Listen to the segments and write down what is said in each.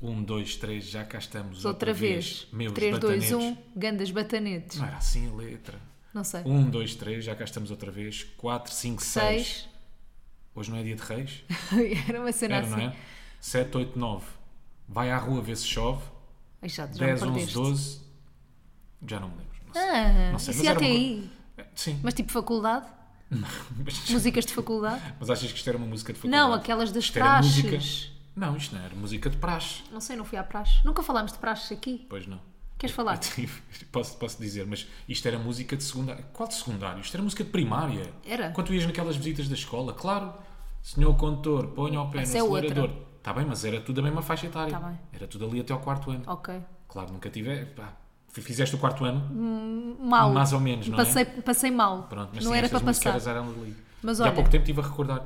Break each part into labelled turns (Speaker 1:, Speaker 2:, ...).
Speaker 1: Um, dois, três, já cá estamos.
Speaker 2: Outra, vez. um.
Speaker 1: Meus
Speaker 2: 3, 2,
Speaker 1: batanetes.
Speaker 2: 1, gandas batanetes.
Speaker 1: Não era assim a letra.
Speaker 2: Não sei.
Speaker 1: Um, dois, três, já cá estamos outra vez. Quatro, cinco, seis.
Speaker 2: 6.
Speaker 1: Hoje não é dia de reis?
Speaker 2: Era uma cena
Speaker 1: Era, não
Speaker 2: assim.
Speaker 1: é? Sete, oito, nove. Vai à rua ver se chove.
Speaker 2: Ai, já, já
Speaker 1: Dez,
Speaker 2: me
Speaker 1: onze,
Speaker 2: perdeste.
Speaker 1: doze. Já não me lembro. Não sei.
Speaker 2: Ah,
Speaker 1: Não sei,
Speaker 2: isso
Speaker 1: mas
Speaker 2: ia
Speaker 1: era
Speaker 2: até
Speaker 1: uma
Speaker 2: aí.
Speaker 1: Sim.
Speaker 2: Mas tipo faculdade?
Speaker 1: Mas...
Speaker 2: Músicas de faculdade?
Speaker 1: mas achas que isto era uma música de faculdade?
Speaker 2: Não, aquelas das
Speaker 1: Isto era
Speaker 2: praxes.
Speaker 1: música. Não, isto não era música de praxe.
Speaker 2: Não sei, não fui à praxe. Nunca falámos de praxes aqui.
Speaker 1: Pois não.
Speaker 2: Queres falar?
Speaker 1: Eu tive- Posso, posso dizer, mas isto era música de secundário. Qual de secundário? Isto era música de primária.
Speaker 2: Era?
Speaker 1: Quando tu ias naquelas visitas da escola, claro. Senhor condutor, ponha o pé
Speaker 2: Essa é
Speaker 1: no
Speaker 2: outra.
Speaker 1: acelerador. Está bem, mas era tudo a mesma faixa etária.
Speaker 2: Tá bem.
Speaker 1: Era tudo ali até ao quarto ano.
Speaker 2: Ok.
Speaker 1: Claro, nunca tive. Pá, fizeste o quarto ano?
Speaker 2: Mal.
Speaker 1: Mais ou menos, não é?
Speaker 2: passei, passei mal.
Speaker 1: Pronto, mas
Speaker 2: não
Speaker 1: sim,
Speaker 2: era
Speaker 1: estas
Speaker 2: para passar.
Speaker 1: músicas eram ali.
Speaker 2: Mas
Speaker 1: e há
Speaker 2: olha-
Speaker 1: pouco tempo estive a recordar.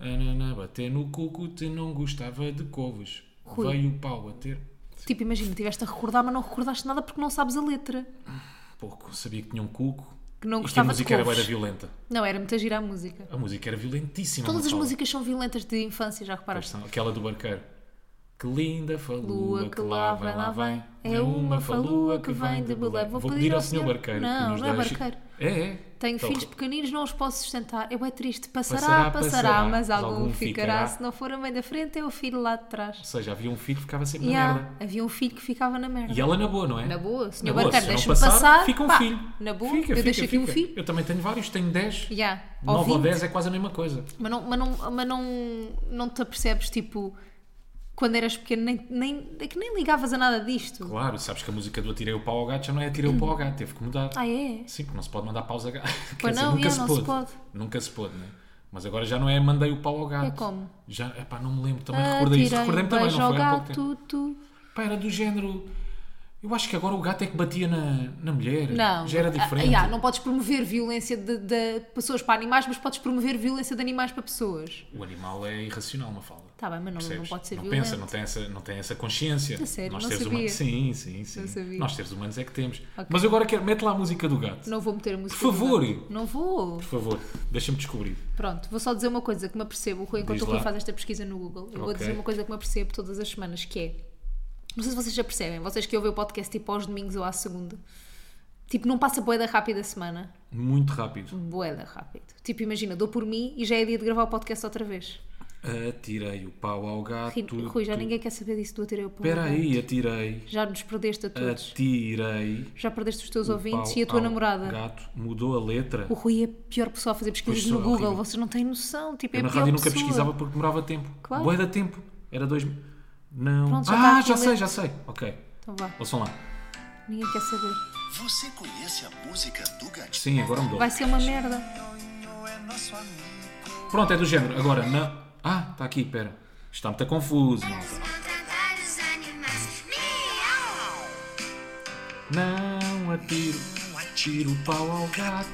Speaker 1: Anana, bater no cuco, te não gostava de couves.
Speaker 2: Rui.
Speaker 1: Veio o pau a ter.
Speaker 2: Tipo, imagina, tiveste a recordar, mas não recordaste nada porque não sabes a letra.
Speaker 1: Pouco, sabia que tinha um cuco.
Speaker 2: Que não
Speaker 1: E
Speaker 2: gostava
Speaker 1: a
Speaker 2: de
Speaker 1: música era
Speaker 2: couves.
Speaker 1: bué da violenta.
Speaker 2: Não, era muito gira a música.
Speaker 1: A música era violentíssima.
Speaker 2: Todas as
Speaker 1: Mafalda.
Speaker 2: músicas são violentas de infância, já reparaste?
Speaker 1: São Aquela do barqueiro. Que linda falua
Speaker 2: Lua
Speaker 1: que lá vem, lá vem.
Speaker 2: É uma falua que vem de Belém.
Speaker 1: Vou, pedir ao senhor barqueiro. que
Speaker 2: Não,
Speaker 1: nos
Speaker 2: não é
Speaker 1: deixe-
Speaker 2: barqueiro.
Speaker 1: É, é.
Speaker 2: Tenho
Speaker 1: Então,
Speaker 2: filhos pequeninos, não os posso sustentar. Eu é triste.
Speaker 1: Passará,
Speaker 2: Passará, passará,
Speaker 1: passará,
Speaker 2: mas algum,
Speaker 1: algum
Speaker 2: ficará.
Speaker 1: ficará.
Speaker 2: Se não for a mãe da frente, é o filho lá de
Speaker 1: Ou
Speaker 2: trás.
Speaker 1: seja, havia um filho que ficava sempre
Speaker 2: E
Speaker 1: na
Speaker 2: há-
Speaker 1: merda.
Speaker 2: havia um filho que ficava na merda.
Speaker 1: E ela na boa, não é?
Speaker 2: Na boa, senhor
Speaker 1: Na boa,
Speaker 2: barqueiro,
Speaker 1: se eu não
Speaker 2: deixa-me passar,
Speaker 1: Fica um
Speaker 2: pá,
Speaker 1: filho.
Speaker 2: na boa, eu deixo aqui um filho.
Speaker 1: Eu também tenho vários, tenho 10.
Speaker 2: Yeah. Ou
Speaker 1: 9 ou
Speaker 2: vinte.
Speaker 1: 10 é quase a mesma coisa.
Speaker 2: Mas não, mas não, mas não, não te apercebes, tipo, quando eras pequeno, nem, nem, é que nem ligavas a nada disto.
Speaker 1: Claro, sabes que a música do Atirei o Pau ao Gato já não é Atirei
Speaker 2: Hum.
Speaker 1: o Pau ao Gato, teve que mudar.
Speaker 2: Ah, é?
Speaker 1: Sim, porque não se pode mandar pausa gato.
Speaker 2: Pois não,
Speaker 1: nunca
Speaker 2: eu,
Speaker 1: se
Speaker 2: não
Speaker 1: pôde.
Speaker 2: se pode.
Speaker 1: Nunca se pôde, né? Mas agora já não é mandei o pau ao gato.
Speaker 2: É como?
Speaker 1: Já, epá, não me lembro, também recordei isso.
Speaker 2: Atirei
Speaker 1: Recordei-me
Speaker 2: um
Speaker 1: também,
Speaker 2: beijo
Speaker 1: não
Speaker 2: ao
Speaker 1: foi há pouco tempo.
Speaker 2: gato, tu.
Speaker 1: Pá, era do género. Eu acho que agora o gato é que batia na, na mulher.
Speaker 2: Não.
Speaker 1: Já era
Speaker 2: Ah,
Speaker 1: diferente.
Speaker 2: ah, não podes promover violência de, de pessoas para animais, mas podes promover violência de animais para pessoas.
Speaker 1: O animal é irracional, uma fala.
Speaker 2: Está bem, Tá, mas não- não,
Speaker 1: Percebes?
Speaker 2: pode ser
Speaker 1: não
Speaker 2: violento.
Speaker 1: pensa, não tem essa, não tem essa consciência.
Speaker 2: A sério,
Speaker 1: Nós
Speaker 2: não
Speaker 1: seres
Speaker 2: sabia.
Speaker 1: humanos. Sim, sim, sim.
Speaker 2: Não sabia.
Speaker 1: Nós seres humanos é que temos. Mas eu agora quero. Mete lá a música do gato.
Speaker 2: Não vou meter a música.
Speaker 1: Por
Speaker 2: do
Speaker 1: favor.
Speaker 2: gato. Não vou.
Speaker 1: Por favor, deixa-me descobrir.
Speaker 2: Pronto, vou só dizer uma coisa que me apercebo. O Rui, enquanto
Speaker 1: Diz
Speaker 2: o Rui
Speaker 1: lá.
Speaker 2: faz esta pesquisa no Google, eu vou
Speaker 1: Ok.
Speaker 2: dizer uma coisa que me apercebo todas as semanas, que é... Não sei se vocês já percebem, vocês que ouvem o podcast tipo aos domingos ou à segunda. Tipo, não passa boeda rápida a semana.
Speaker 1: Muito rápido.
Speaker 2: Boeda rápido. Tipo, imagina, dou por mim e já é dia de gravar o podcast outra vez.
Speaker 1: Atirei o pau ao gato.
Speaker 2: Ri- Rui, já
Speaker 1: tu-
Speaker 2: ninguém quer saber disso do atirei o pau.
Speaker 1: Espera aí, atirei.
Speaker 2: é? Já nos perdeste a todos.
Speaker 1: Atirei.
Speaker 2: Já perdeste os teus ouvintes
Speaker 1: Pau
Speaker 2: e a tua
Speaker 1: ao
Speaker 2: namorada.
Speaker 1: Gato mudou a letra.
Speaker 2: O Rui é a pior pessoa a fazer pesquisas
Speaker 1: Pois
Speaker 2: no
Speaker 1: sou, é
Speaker 2: Google.
Speaker 1: horrível.
Speaker 2: Vocês não têm noção. Tipo,
Speaker 1: Eu
Speaker 2: é a
Speaker 1: na
Speaker 2: pior
Speaker 1: rádio nunca
Speaker 2: pessoa.
Speaker 1: pesquisava porque demorava tempo.
Speaker 2: Claro.
Speaker 1: Boa da tempo. Era dois. Não.
Speaker 2: Pronto, já está
Speaker 1: ah,
Speaker 2: aqui
Speaker 1: já
Speaker 2: a
Speaker 1: sei,
Speaker 2: letra.
Speaker 1: já sei. Ok.
Speaker 2: Então vá,
Speaker 1: Ouçam lá.
Speaker 2: ninguém quer saber.
Speaker 3: Você conhece a música do gatinho?
Speaker 1: Sim, agora mudou.
Speaker 2: Vai ser uma merda.
Speaker 3: É nosso amigo.
Speaker 1: Pronto, é do género. Agora, não. Ah, está aqui, pera. Está muito confuso, malta.
Speaker 4: contratar os animais. Miau!
Speaker 1: Não atiro.
Speaker 3: Um
Speaker 1: Atiro o pau ao gato.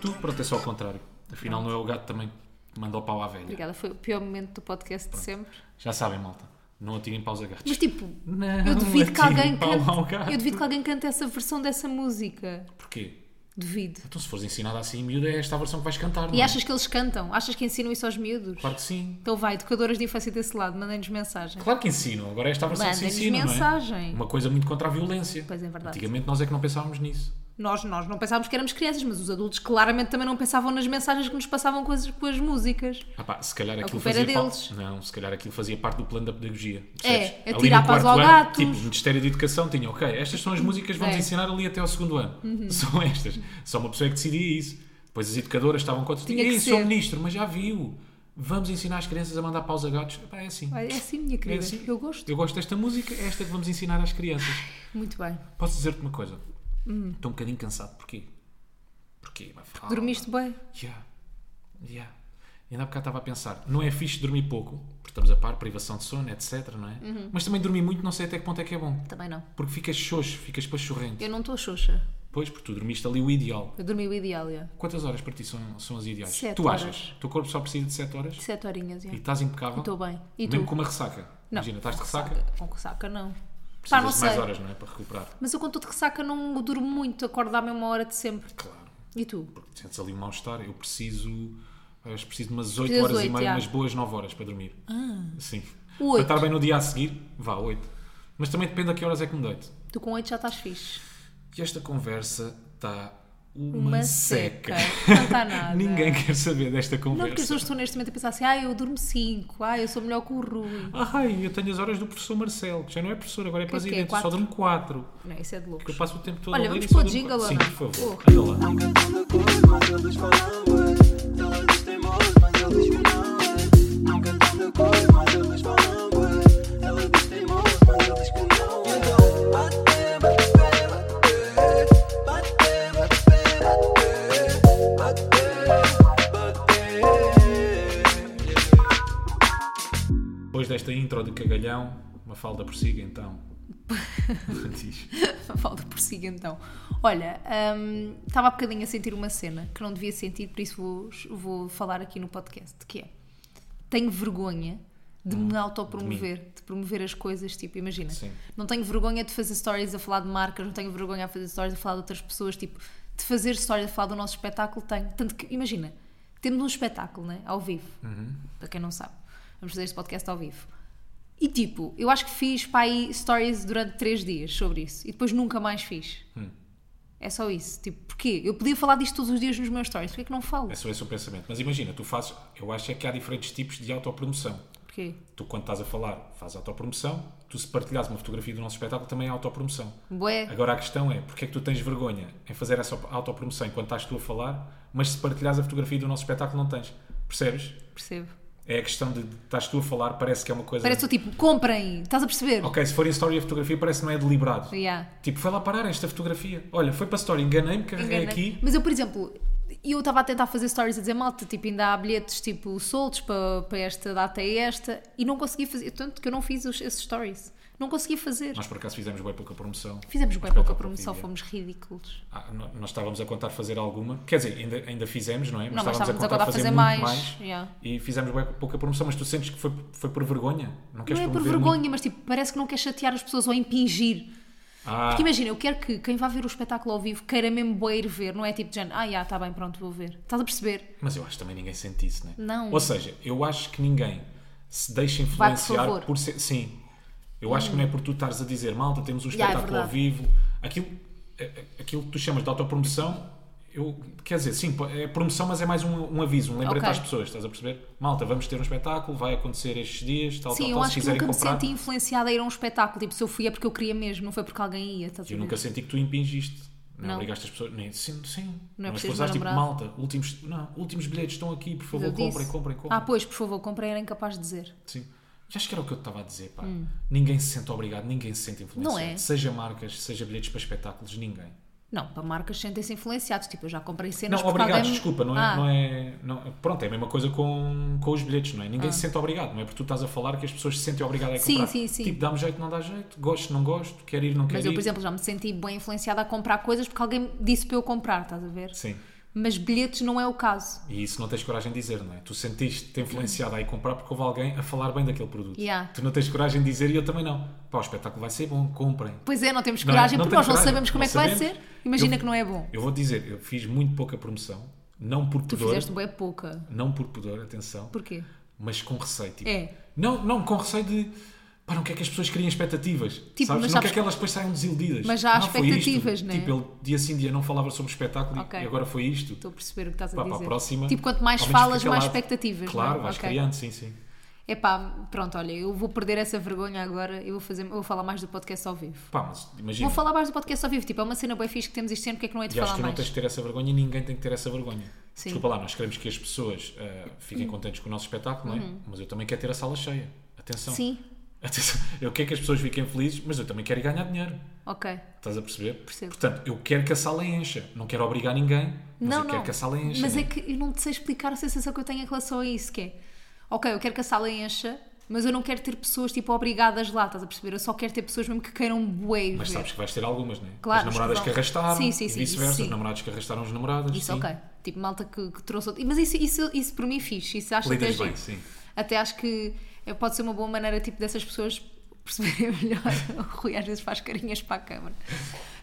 Speaker 1: Tu. Pronto, é só ao contrário. Afinal, não é o gato também que manda o pau à velha.
Speaker 2: Obrigada, foi o pior momento do podcast de sempre.
Speaker 1: Já sabem, malta. Não atirem paus a gatos.
Speaker 2: Mas tipo,
Speaker 1: Não,
Speaker 2: eu duvido que alguém
Speaker 1: atirem pau ao gato.
Speaker 2: cante. Eu duvido que alguém cante essa versão dessa música.
Speaker 1: Porquê?
Speaker 2: Duvido.
Speaker 1: Então, se fores ensinada assim, miúda, é esta a versão que vais cantar, não
Speaker 2: E
Speaker 1: é?
Speaker 2: achas que eles cantam? Achas que ensinam isso aos miúdos?
Speaker 1: Claro que sim.
Speaker 2: Então vai, educadoras de infância desse lado, mandem-nos mensagem.
Speaker 1: Claro que ensinam. Agora é esta a versão que se
Speaker 2: Mandem-nos
Speaker 1: ensina, não é?
Speaker 2: mensagem.
Speaker 1: Uma coisa muito contra a violência.
Speaker 2: Pois é, verdade.
Speaker 1: Antigamente nós é que não pensávamos nisso.
Speaker 2: Nós, nós não pensávamos que éramos crianças, mas os adultos claramente também não pensavam nas mensagens que nos passavam com as, com as músicas.
Speaker 1: Ah pá, se calhar aquilo
Speaker 2: culpa era
Speaker 1: fazia
Speaker 2: deles.
Speaker 1: parte... Não, se calhar aquilo fazia parte do plano da pedagogia. percebes?
Speaker 2: é
Speaker 1: Ali no
Speaker 2: tirar paz
Speaker 1: quarto
Speaker 2: ao
Speaker 1: ano,
Speaker 2: gato.
Speaker 1: Tipo, o Ministério da Educação tinha, ok, estas são as músicas que vamos
Speaker 2: É. Uhum.
Speaker 1: ensinar ali até ao segundo ano. São estas. Só uma pessoa é que decidia isso. Depois as educadoras estavam contra.
Speaker 2: Tinha que
Speaker 1: Ei, sou
Speaker 2: ser."
Speaker 1: ministro, mas já viu. Vamos ensinar as crianças a mandar pausa gatos. Epá, é assim.
Speaker 2: Olha, É assim, minha
Speaker 1: É
Speaker 2: querida.
Speaker 1: assim.
Speaker 2: Eu gosto.
Speaker 1: Eu gosto desta música, é esta que vamos ensinar às crianças.
Speaker 2: Muito bem.
Speaker 1: Posso dizer-te uma coisa?
Speaker 2: Hum.
Speaker 1: Estou um bocadinho cansado. Porquê? Porquê? Mas fala.
Speaker 2: Dormiste bem?
Speaker 1: Yeah. Yeah. E ainda há bocado estava a pensar, não é fixe dormir pouco, porque estamos a par, privação de sono, etc, não é?
Speaker 2: Uhum.
Speaker 1: Mas também dormir muito não sei até que ponto é que é bom.
Speaker 2: Também não.
Speaker 1: Porque ficas xoxo, ficas pachorrente.
Speaker 2: Eu não estou xoxa.
Speaker 1: Pois, porque tu dormiste ali o ideal.
Speaker 2: Eu dormi o ideal, já.
Speaker 1: Quantas horas para ti são, são as ideais?
Speaker 2: Sete
Speaker 1: tu
Speaker 2: horas.
Speaker 1: achas? O teu corpo só precisa de 7 horas
Speaker 2: Sete horinhas, já.
Speaker 1: e estás impecável?
Speaker 2: Estou bem. E
Speaker 1: mesmo
Speaker 2: tu?
Speaker 1: com uma ressaca.
Speaker 2: Não.
Speaker 1: Imagina, estás de ressaca,
Speaker 2: Com ressaca, não. Pá,
Speaker 1: precisas
Speaker 2: não
Speaker 1: de
Speaker 2: sei.
Speaker 1: mais horas, não é? Para recuperar.
Speaker 2: Mas eu quando estou de ressaca não durmo muito, acordo à mesma hora de sempre.
Speaker 1: Claro.
Speaker 2: E tu?
Speaker 1: Porque sentes ali um mal-estar. Eu preciso. acho que preciso de umas 8
Speaker 2: Precisas
Speaker 1: horas e
Speaker 2: oito,
Speaker 1: meia,
Speaker 2: já. Ah.
Speaker 1: umas boas 9 horas para dormir. Sim.
Speaker 2: Oito.
Speaker 1: Para estar bem no dia a seguir, vá, 8. Mas também depende a que horas é que me deito.
Speaker 2: Tu com 8 já estás fixe.
Speaker 1: Que esta conversa está uma,
Speaker 2: Uma
Speaker 1: seca.
Speaker 2: seca. Não está nada.
Speaker 1: Ninguém quer saber desta conversa.
Speaker 2: Não, porque as pessoas estão neste momento a pensar assim, ah, eu durmo 5, ah, eu sou melhor que o Rui.
Speaker 1: Ah, Ai, eu tenho as horas do professor Marcelo, que já não é professor, agora é
Speaker 2: Que é que é?
Speaker 1: presidente, só
Speaker 2: Quatro?
Speaker 1: dou-me quatro.
Speaker 2: Não, isso é de
Speaker 1: Que eu
Speaker 2: loucos.
Speaker 1: passo o tempo todo
Speaker 2: Olha,
Speaker 1: a ler
Speaker 2: vamos
Speaker 1: e só
Speaker 2: pôr
Speaker 1: dou-me
Speaker 2: jingle
Speaker 1: quatro.
Speaker 2: ou
Speaker 1: Sim,
Speaker 2: não?
Speaker 1: por favor.
Speaker 2: Porra.
Speaker 1: Anda lá.
Speaker 5: Não cantando coisas, mas eles falam bué. Eles têm voz, mas eles falam bué. Não cantando coisas, mas eles falam bué. Eles têm voz, mas eles que não é. Então, bate, bate, bate, bate, bate, bate, bate, bate.
Speaker 1: Depois desta intro de cagalhão, uma falda prossiga então. Diz.
Speaker 2: Falta por si então. Olha, hum, estava há bocadinho a sentir uma cena que não devia sentir, por isso vou, vou falar aqui no podcast, que é tenho vergonha de me autopromover, de, promover as coisas, tipo, imagina.
Speaker 1: Sim.
Speaker 2: Não tenho vergonha de fazer stories a falar de marcas, não tenho vergonha a fazer stories a falar de outras pessoas, tipo, de fazer stories a falar do nosso espetáculo, tenho. Tanto que, imagina, temos um espetáculo, né? Ao vivo. Para quem não sabe, vamos fazer este podcast ao vivo. E tipo, eu acho que fiz para aí stories durante três dias sobre isso e depois nunca mais fiz.
Speaker 1: Hum.
Speaker 2: É só isso. Tipo, porquê? Eu podia falar disto todos os dias nos meus stories, porquê que não falo?
Speaker 1: É só esse o pensamento. Mas imagina, tu fazes. Eu acho é que há diferentes tipos de autopromoção.
Speaker 2: Porquê?
Speaker 1: Tu, quando estás a falar, fazes autopromoção. Tu, se partilhares uma fotografia do nosso espetáculo, também é autopromoção.
Speaker 2: Bué.
Speaker 1: Agora a questão é, porque é que tu tens vergonha em fazer essa autopromoção enquanto estás tu a falar, mas se partilhares a fotografia do nosso espetáculo, não tens? Percebes?
Speaker 2: Percebo.
Speaker 1: É a questão de de estás tu a falar, parece que é uma coisa.
Speaker 2: Parece que eu, tipo, comprem, estás a perceber?
Speaker 1: Ok, se for em story a fotografia, parece que não é deliberado.
Speaker 2: Yeah.
Speaker 1: Tipo, foi lá parar esta fotografia. Olha, foi para story, enganei-me, carreguei
Speaker 2: Engana.
Speaker 1: aqui.
Speaker 2: Mas eu, por exemplo, eu estava a tentar fazer stories a dizer malta, tipo, ainda há bilhetes tipo soltos para, para esta data e esta, e não consegui fazer, tanto que eu não fiz os, esses stories. Não consegui fazer.
Speaker 1: Nós por acaso fizemos bem pouca promoção.
Speaker 2: Fizemos bem
Speaker 1: Espetáculo
Speaker 2: pouca promoção,
Speaker 1: que
Speaker 2: fomos ridículos.
Speaker 1: Ah, no- nós estávamos a contar fazer alguma, quer dizer, ainda, ainda fizemos, não é?
Speaker 2: Não, mas estávamos a contar fazer
Speaker 1: muito
Speaker 2: mais, yeah.
Speaker 1: E fizemos bem pouca promoção, mas tu sentes que foi, foi por vergonha? Não queres
Speaker 2: não é por
Speaker 1: promover
Speaker 2: vergonha,
Speaker 1: muito?
Speaker 2: mas tipo, parece que não quer chatear as pessoas ou impingir.
Speaker 1: Ah,
Speaker 2: Porque imagina, eu quero que quem vai ver o espetáculo ao vivo queira mesmo bué ir ver, não é tipo de género, ah, já, está bem, pronto, vou ver. Estás a perceber?
Speaker 1: mas eu acho que também ninguém sente isso, né?
Speaker 2: Não.
Speaker 1: Ou seja, eu acho que ninguém se deixa
Speaker 2: Vai, por
Speaker 1: influenciar
Speaker 2: favor.
Speaker 1: por ser. Sim. Eu acho que não é por tu estares a dizer, malta, temos um
Speaker 2: Já, é
Speaker 1: espetáculo ao
Speaker 2: verdade.
Speaker 1: vivo. Aquilo, a- a- aquilo que tu chamas de autopromoção, eu, quer dizer, sim, po- é promoção, mas é mais um, um aviso, um lembrete
Speaker 2: Ok.
Speaker 1: às pessoas, estás a perceber? Malta, vamos ter um espetáculo, vai acontecer estes dias, tal,
Speaker 2: Sim,
Speaker 1: tal,
Speaker 2: eu
Speaker 1: tal, então,
Speaker 2: acho
Speaker 1: se
Speaker 2: que
Speaker 1: quiserem
Speaker 2: nunca me
Speaker 1: comprar.
Speaker 2: senti influenciada a ir a um espetáculo. Tipo, se eu fui é porque eu queria mesmo, não foi porque alguém ia. Estás a
Speaker 1: Eu
Speaker 2: ver?
Speaker 1: nunca senti que tu impingiste. Não, é?
Speaker 2: Não.
Speaker 1: obrigaste as pessoas. Nem, sim, sim.
Speaker 2: Não é
Speaker 1: as
Speaker 2: preciso
Speaker 1: pessoas tipo,
Speaker 2: namorar.
Speaker 1: malta, últimos, não, últimos bilhetes estão aqui, por
Speaker 2: Mas
Speaker 1: favor,
Speaker 2: eu
Speaker 1: comprem,
Speaker 2: disse.
Speaker 1: comprem, comprem.
Speaker 2: Ah, pois, por favor, comprei, era incapaz de dizer.
Speaker 1: Sim. Já acho que era o que eu te estava a dizer, pá. Ninguém se sente obrigado, ninguém se sente influenciado.
Speaker 2: Hum. Não é?
Speaker 1: Seja marcas, seja bilhetes para espetáculos, ninguém.
Speaker 2: Não, para marcas sentem-se influenciados. Tipo, eu já comprei cenas
Speaker 1: Não,
Speaker 2: porque
Speaker 1: obrigado,
Speaker 2: alguém... me-
Speaker 1: desculpa, não é,
Speaker 2: Ah,
Speaker 1: não é. não- pronto, é a mesma coisa com, com os bilhetes, não é? Ninguém se sente obrigado, não é? Porque tu estás a falar que as pessoas se sentem obrigadas a
Speaker 2: Ah. Sim,
Speaker 1: comprar.
Speaker 2: sim, sim.
Speaker 1: Tipo, dá-me jeito, não dá jeito, gosto, não gosto, quer ir, não quer
Speaker 2: Mas
Speaker 1: ir.
Speaker 2: eu, por exemplo, já me senti bem influenciada a comprar coisas porque alguém me disse para eu comprar, estás a ver?
Speaker 1: Sim.
Speaker 2: Mas bilhetes não é o caso.
Speaker 1: E isso não tens coragem de dizer, não é? Tu sentiste-te influenciado a ir comprar porque houve alguém a falar bem daquele produto.
Speaker 2: Yeah.
Speaker 1: Tu não tens coragem de dizer e eu também não. Pá, o espetáculo vai ser bom, comprem.
Speaker 2: Pois é, não temos
Speaker 1: Não,
Speaker 2: coragem
Speaker 1: não
Speaker 2: porque
Speaker 1: tenho
Speaker 2: nós não
Speaker 1: coragem,
Speaker 2: sabemos como
Speaker 1: não
Speaker 2: é que vai
Speaker 1: sabemos.
Speaker 2: ser. Imagina
Speaker 1: Eu-
Speaker 2: que não é bom.
Speaker 1: Eu vou dizer, eu fiz muito pouca promoção, não por
Speaker 2: Tu
Speaker 1: pudor,
Speaker 2: fizeste bem pouca.
Speaker 1: não por pudor, atenção,
Speaker 2: Porquê?
Speaker 1: mas com receio. Tipo,
Speaker 2: É.
Speaker 1: Não, não, com receio de. Pá, não quer que as pessoas criem expectativas.
Speaker 2: Tipo,
Speaker 1: sabes?
Speaker 2: mas
Speaker 1: não
Speaker 2: sabes-
Speaker 1: quer que elas depois saiam desiludidas.
Speaker 2: Mas já há
Speaker 1: não, foi isto.
Speaker 2: expectativas, né?
Speaker 1: Tipo, ele dia sim, dia não falava sobre o espetáculo e-
Speaker 2: Ok.
Speaker 1: e agora foi isto.
Speaker 2: Estou a perceber o que estás a
Speaker 1: Pá,
Speaker 2: dizer.
Speaker 1: para a próxima.
Speaker 2: tipo, quanto mais
Speaker 1: ao menos
Speaker 2: falas,
Speaker 1: fica
Speaker 2: mais
Speaker 1: calado.
Speaker 2: expectativas.
Speaker 1: Claro,
Speaker 2: não é?
Speaker 1: vais
Speaker 2: Ok.
Speaker 1: criando, sim, sim.
Speaker 2: Epá, pronto, olha, eu vou perder essa vergonha agora. Eu vou, fazer, eu vou falar mais do podcast ao vivo.
Speaker 1: Pá, mas imagina.
Speaker 2: Vou falar mais do podcast ao vivo. Tipo, é uma cena bem fixe que temos isto sempre, porque é que não é de
Speaker 1: E acho
Speaker 2: falar
Speaker 1: que tu não
Speaker 2: mais?
Speaker 1: tens de ter essa vergonha e ninguém tem que ter essa vergonha.
Speaker 2: Sim. Hum.
Speaker 1: Desculpa lá, nós queremos que as pessoas ah, fiquem contentes com o nosso espetáculo, não é? Mas eu também quero ter a sala cheia. Atenção.
Speaker 2: Sim,
Speaker 1: Atenção. Eu quero que as pessoas fiquem felizes, mas eu também quero ir ganhar dinheiro.
Speaker 2: ok.
Speaker 1: Estás a perceber?
Speaker 2: Percebo.
Speaker 1: Portanto, eu quero que a sala encha. Não quero obrigar ninguém, mas
Speaker 2: não,
Speaker 1: eu quero
Speaker 2: não.
Speaker 1: que a sala encha.
Speaker 2: mas
Speaker 1: não
Speaker 2: é que eu não te sei explicar a sensação que eu tenho em relação a isso, que é ok, eu quero que a sala encha, mas eu não quero ter pessoas tipo obrigadas lá, estás a perceber? Eu só quero ter pessoas mesmo que queiram bué.
Speaker 1: Mas
Speaker 2: ver.
Speaker 1: sabes que vais ter algumas, não é?
Speaker 2: Claro,
Speaker 1: As namoradas
Speaker 2: mas
Speaker 1: que
Speaker 2: vão.
Speaker 1: arrastaram
Speaker 2: Sim, sim,
Speaker 1: e
Speaker 2: sim,
Speaker 1: vice-versa.
Speaker 2: sim.
Speaker 1: Os namorados que arrastaram os namorados.
Speaker 2: Isso
Speaker 1: sim.
Speaker 2: ok. Tipo, malta que, que trouxe outro. Mas isso, isso, isso por mim é fixe, isso acho
Speaker 1: Lidas
Speaker 2: até
Speaker 1: bem,
Speaker 2: giro.
Speaker 1: sim.
Speaker 2: Até acho que eh, pode ser uma boa maneira tipo, dessas pessoas perceberem melhor. o Rui às vezes faz carinhas para a câmara.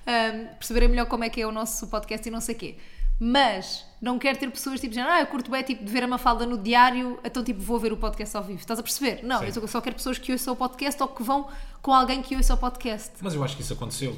Speaker 2: Ahm, perceberem melhor como é que é o nosso podcast e não sei o quê. Mas não quero ter pessoas tipo, dizendo, ah, eu curto bem tipo, de ver a Mafalda no diário, então tipo, vou ver o podcast ao vivo. Estás a perceber? Não,
Speaker 1: Sim.
Speaker 2: eu só- só quero pessoas que ouçam o podcast ou que vão com alguém que ouça o podcast.
Speaker 1: Mas eu acho que isso aconteceu.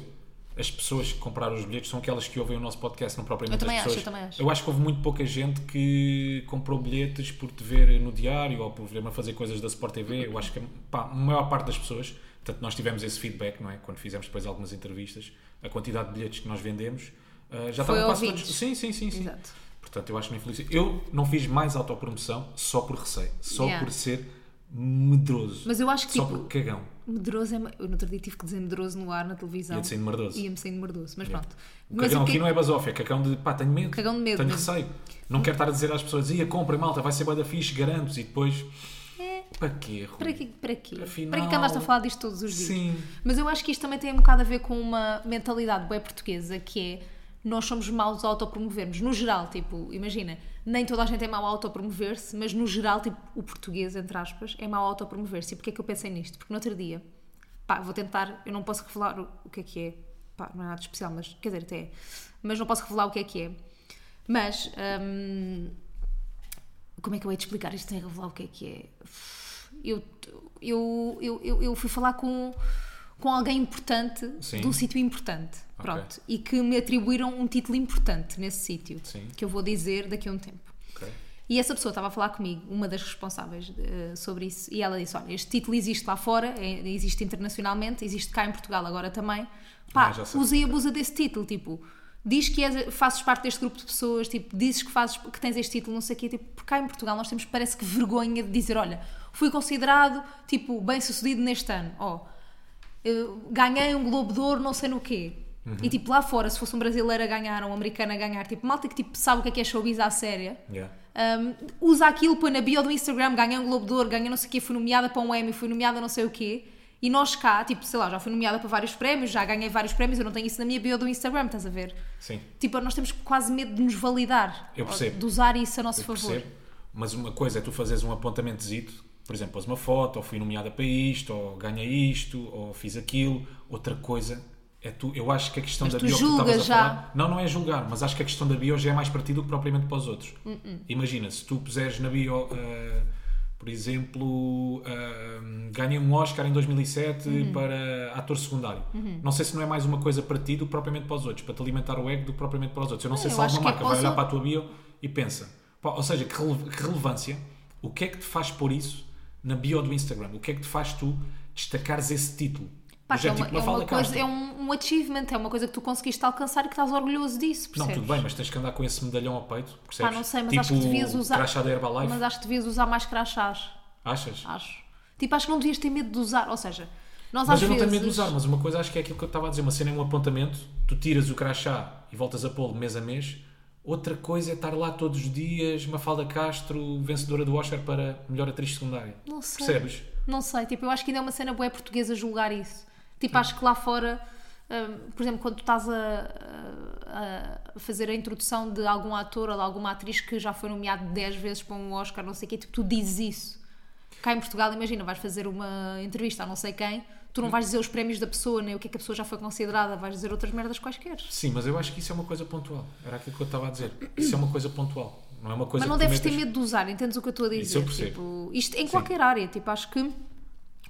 Speaker 1: As pessoas que compraram os bilhetes são aquelas que ouvem o nosso podcast, não propriamente
Speaker 2: Eu também
Speaker 1: as
Speaker 2: acho,
Speaker 1: pessoas.
Speaker 2: eu também acho.
Speaker 1: que houve muito pouca gente que comprou bilhetes por te ver no diário ou por ver-me a fazer coisas da Sport TV. Eu acho que pá, a maior parte das pessoas, portanto, nós tivemos esse feedback, não é? Quando fizemos depois algumas entrevistas, a quantidade de bilhetes que nós vendemos ah, já
Speaker 2: Foi
Speaker 1: estavam quase
Speaker 2: ouvintes.
Speaker 1: todos. Sim, sim, sim. sim.
Speaker 2: Exato.
Speaker 1: Portanto, eu acho-me infeliz. Eu não fiz mais autopromoção só por receio, só
Speaker 2: Yeah.
Speaker 1: por ser medroso.
Speaker 2: Mas eu acho que,
Speaker 1: Só
Speaker 2: tipo,
Speaker 1: por cagão.
Speaker 2: Medroso é. ma- Eu no outro dia tive que dizer medroso no ar na televisão.
Speaker 1: Ia-te saindo merdoso.
Speaker 2: Ia-me saindo merdoso, mas pronto.
Speaker 1: O
Speaker 2: mas
Speaker 1: cagão
Speaker 2: o que
Speaker 1: aqui não é basófia, é cagão de pá, tenho medo.
Speaker 2: Cagão de medo
Speaker 1: Tenho
Speaker 2: mesmo.
Speaker 1: receio. Não quero estar a dizer às pessoas, ia compra malta, vai ser bué da fixe, garanto e depois. Para quê, Rui?
Speaker 2: É. Para quê? Para quê?
Speaker 1: Afinal-
Speaker 2: Para quê que andaste a falar disto todos os dias?
Speaker 1: Sim.
Speaker 2: Mas eu acho que isto também tem um bocado a ver com uma mentalidade bem portuguesa que é nós somos maus a autopromovermos. No geral, tipo, imagina, nem toda a gente é mau a autopromover-se, mas no geral, tipo, o português, entre aspas, é mau a autopromover-se. E porquê é que eu pensei nisto? Porque no outro dia, pá, vou tentar, eu não posso revelar o, o que é que é, pá, não é nada especial, mas quer dizer, até é, mas não posso revelar o que é que é. Mas, hum, como é que eu hei de explicar isto sem revelar o que é que é? Eu, eu, eu, eu, eu fui falar com, com alguém importante
Speaker 1: Sim.
Speaker 2: de um sítio importante.
Speaker 1: Ok.
Speaker 2: Pronto. E que me atribuíram um título importante nesse sítio.
Speaker 1: Sim.
Speaker 2: Que eu vou dizer daqui a um tempo.
Speaker 1: Ok.
Speaker 2: E essa pessoa estava a falar comigo, uma das responsáveis eh, sobre isso, e ela disse: Olha, este título existe lá fora, é- existe internacionalmente, existe cá em Portugal agora também. Pá,
Speaker 1: Ah, já sei.
Speaker 2: usa e abusa desse título, tipo, diz que és, fazes parte deste grupo de pessoas, tipo, dizes que, fazes, que tens este título, não sei o quê, tipo, porque cá em Portugal nós temos, parece que, vergonha de dizer: Olha, fui considerado, tipo, bem sucedido neste ano, ó, eu ganhei um Globo de Ouro, não sei no quê. E
Speaker 1: Uhum.
Speaker 2: tipo, lá fora, se fosse um brasileiro a ganhar, um americano a ganhar, tipo, malta que tipo, sabe o que é que é showbiz à séria.
Speaker 1: Yeah.
Speaker 2: Um, usa aquilo, põe na bio do Instagram, ganhei um Globo de Ouro, ganhei não sei o quê, fui nomeada para um Emmy, fui nomeada não sei o quê. E nós cá, tipo, sei lá, já fui nomeada para vários prémios, já ganhei vários prémios, eu não tenho isso na minha bio do Instagram, estás a ver?
Speaker 1: Sim.
Speaker 2: Tipo, nós temos quase medo de nos validar.
Speaker 1: Eu percebo.
Speaker 2: De usar isso a nosso
Speaker 1: Eu
Speaker 2: favor.
Speaker 1: percebo. Mas uma coisa é tu fazeres um apontamentozito, por exemplo, pôs uma foto, ou fui nomeada para isto, ou ganhei isto, ou fiz aquilo. Outra coisa é tu, eu acho que a questão
Speaker 2: Mas
Speaker 1: da
Speaker 2: tu
Speaker 1: bio que tu
Speaker 2: julgas
Speaker 1: estavas a
Speaker 2: já.
Speaker 1: falar. Não, não é julgar, mas acho que a questão da bio já é mais para ti do que propriamente para os outros. Imagina, se tu puseres na bio. ah, por exemplo, ah, ganhei um Oscar em 2007 para ator secundário. Não sei se não é mais uma coisa para ti do que propriamente para os outros, para te alimentar o ego do que propriamente para os outros. Eu não sei
Speaker 2: eu
Speaker 1: se
Speaker 2: acho
Speaker 1: alguma
Speaker 2: que
Speaker 1: marca
Speaker 2: é
Speaker 1: vai
Speaker 2: para
Speaker 1: olhar
Speaker 2: os
Speaker 1: para a tua bio e pensa. pá, ou seja, que, rele- que relevância, o que é que te faz pôr isso na bio do Instagram? O que é que te faz tu destacares esse título?
Speaker 2: Pá,
Speaker 1: Do
Speaker 2: que é,
Speaker 1: género, tipo,
Speaker 2: uma, é, uma
Speaker 1: Mafalda
Speaker 2: coisa,
Speaker 1: Castro.
Speaker 2: é um, um achievement, é uma coisa que tu conseguiste alcançar e que estás orgulhoso disso,
Speaker 1: Não,
Speaker 2: percebes?
Speaker 1: tudo bem, mas tens que andar com esse medalhão ao peito,
Speaker 2: Pá,
Speaker 1: percebes?
Speaker 2: não sei, mas
Speaker 1: tipo,
Speaker 2: acho que devias usar.
Speaker 1: crachá da Herbalife,
Speaker 2: Mas acho que devias usar mais crachás.
Speaker 1: achas?
Speaker 2: Acho. Tipo, acho que não devias ter medo de usar. Ou seja, nós
Speaker 1: Mas
Speaker 2: às
Speaker 1: eu não
Speaker 2: vezes.
Speaker 1: tenho medo de usar, mas uma coisa acho que é aquilo que eu estava a dizer, uma cena é um apontamento, tu tiras o crachá e voltas a pô-lo mês a mês, outra coisa é estar lá todos os dias, Mafalda Castro, vencedora do Oscar para melhor atriz secundária.
Speaker 2: Não sei.
Speaker 1: Percebes?
Speaker 2: Não sei, tipo, eu acho que ainda é uma cena boa portuguesa julgar isso. Tipo, acho que lá fora, hum, por exemplo, quando tu estás a, a fazer a introdução de algum ator ou de alguma atriz que já foi nomeado 10 vezes para um Oscar, não sei o quê, tipo, tu dizes isso. Cá em Portugal, imagina, vais fazer uma entrevista a não sei quem, tu não vais dizer os prémios da pessoa, nem o que é que a pessoa já foi considerada, vais dizer outras merdas quaisquer.
Speaker 1: Sim, mas eu acho que isso é uma coisa pontual. Era aquilo que eu estava a dizer. Isso é uma coisa pontual. Não é uma coisa
Speaker 2: Mas não
Speaker 1: que tu
Speaker 2: deves ter
Speaker 1: metas-
Speaker 2: medo de usar, entendes o que eu estou a dizer?
Speaker 1: Isso eu percebo.
Speaker 2: Tipo, isto em qualquer área, tipo, acho que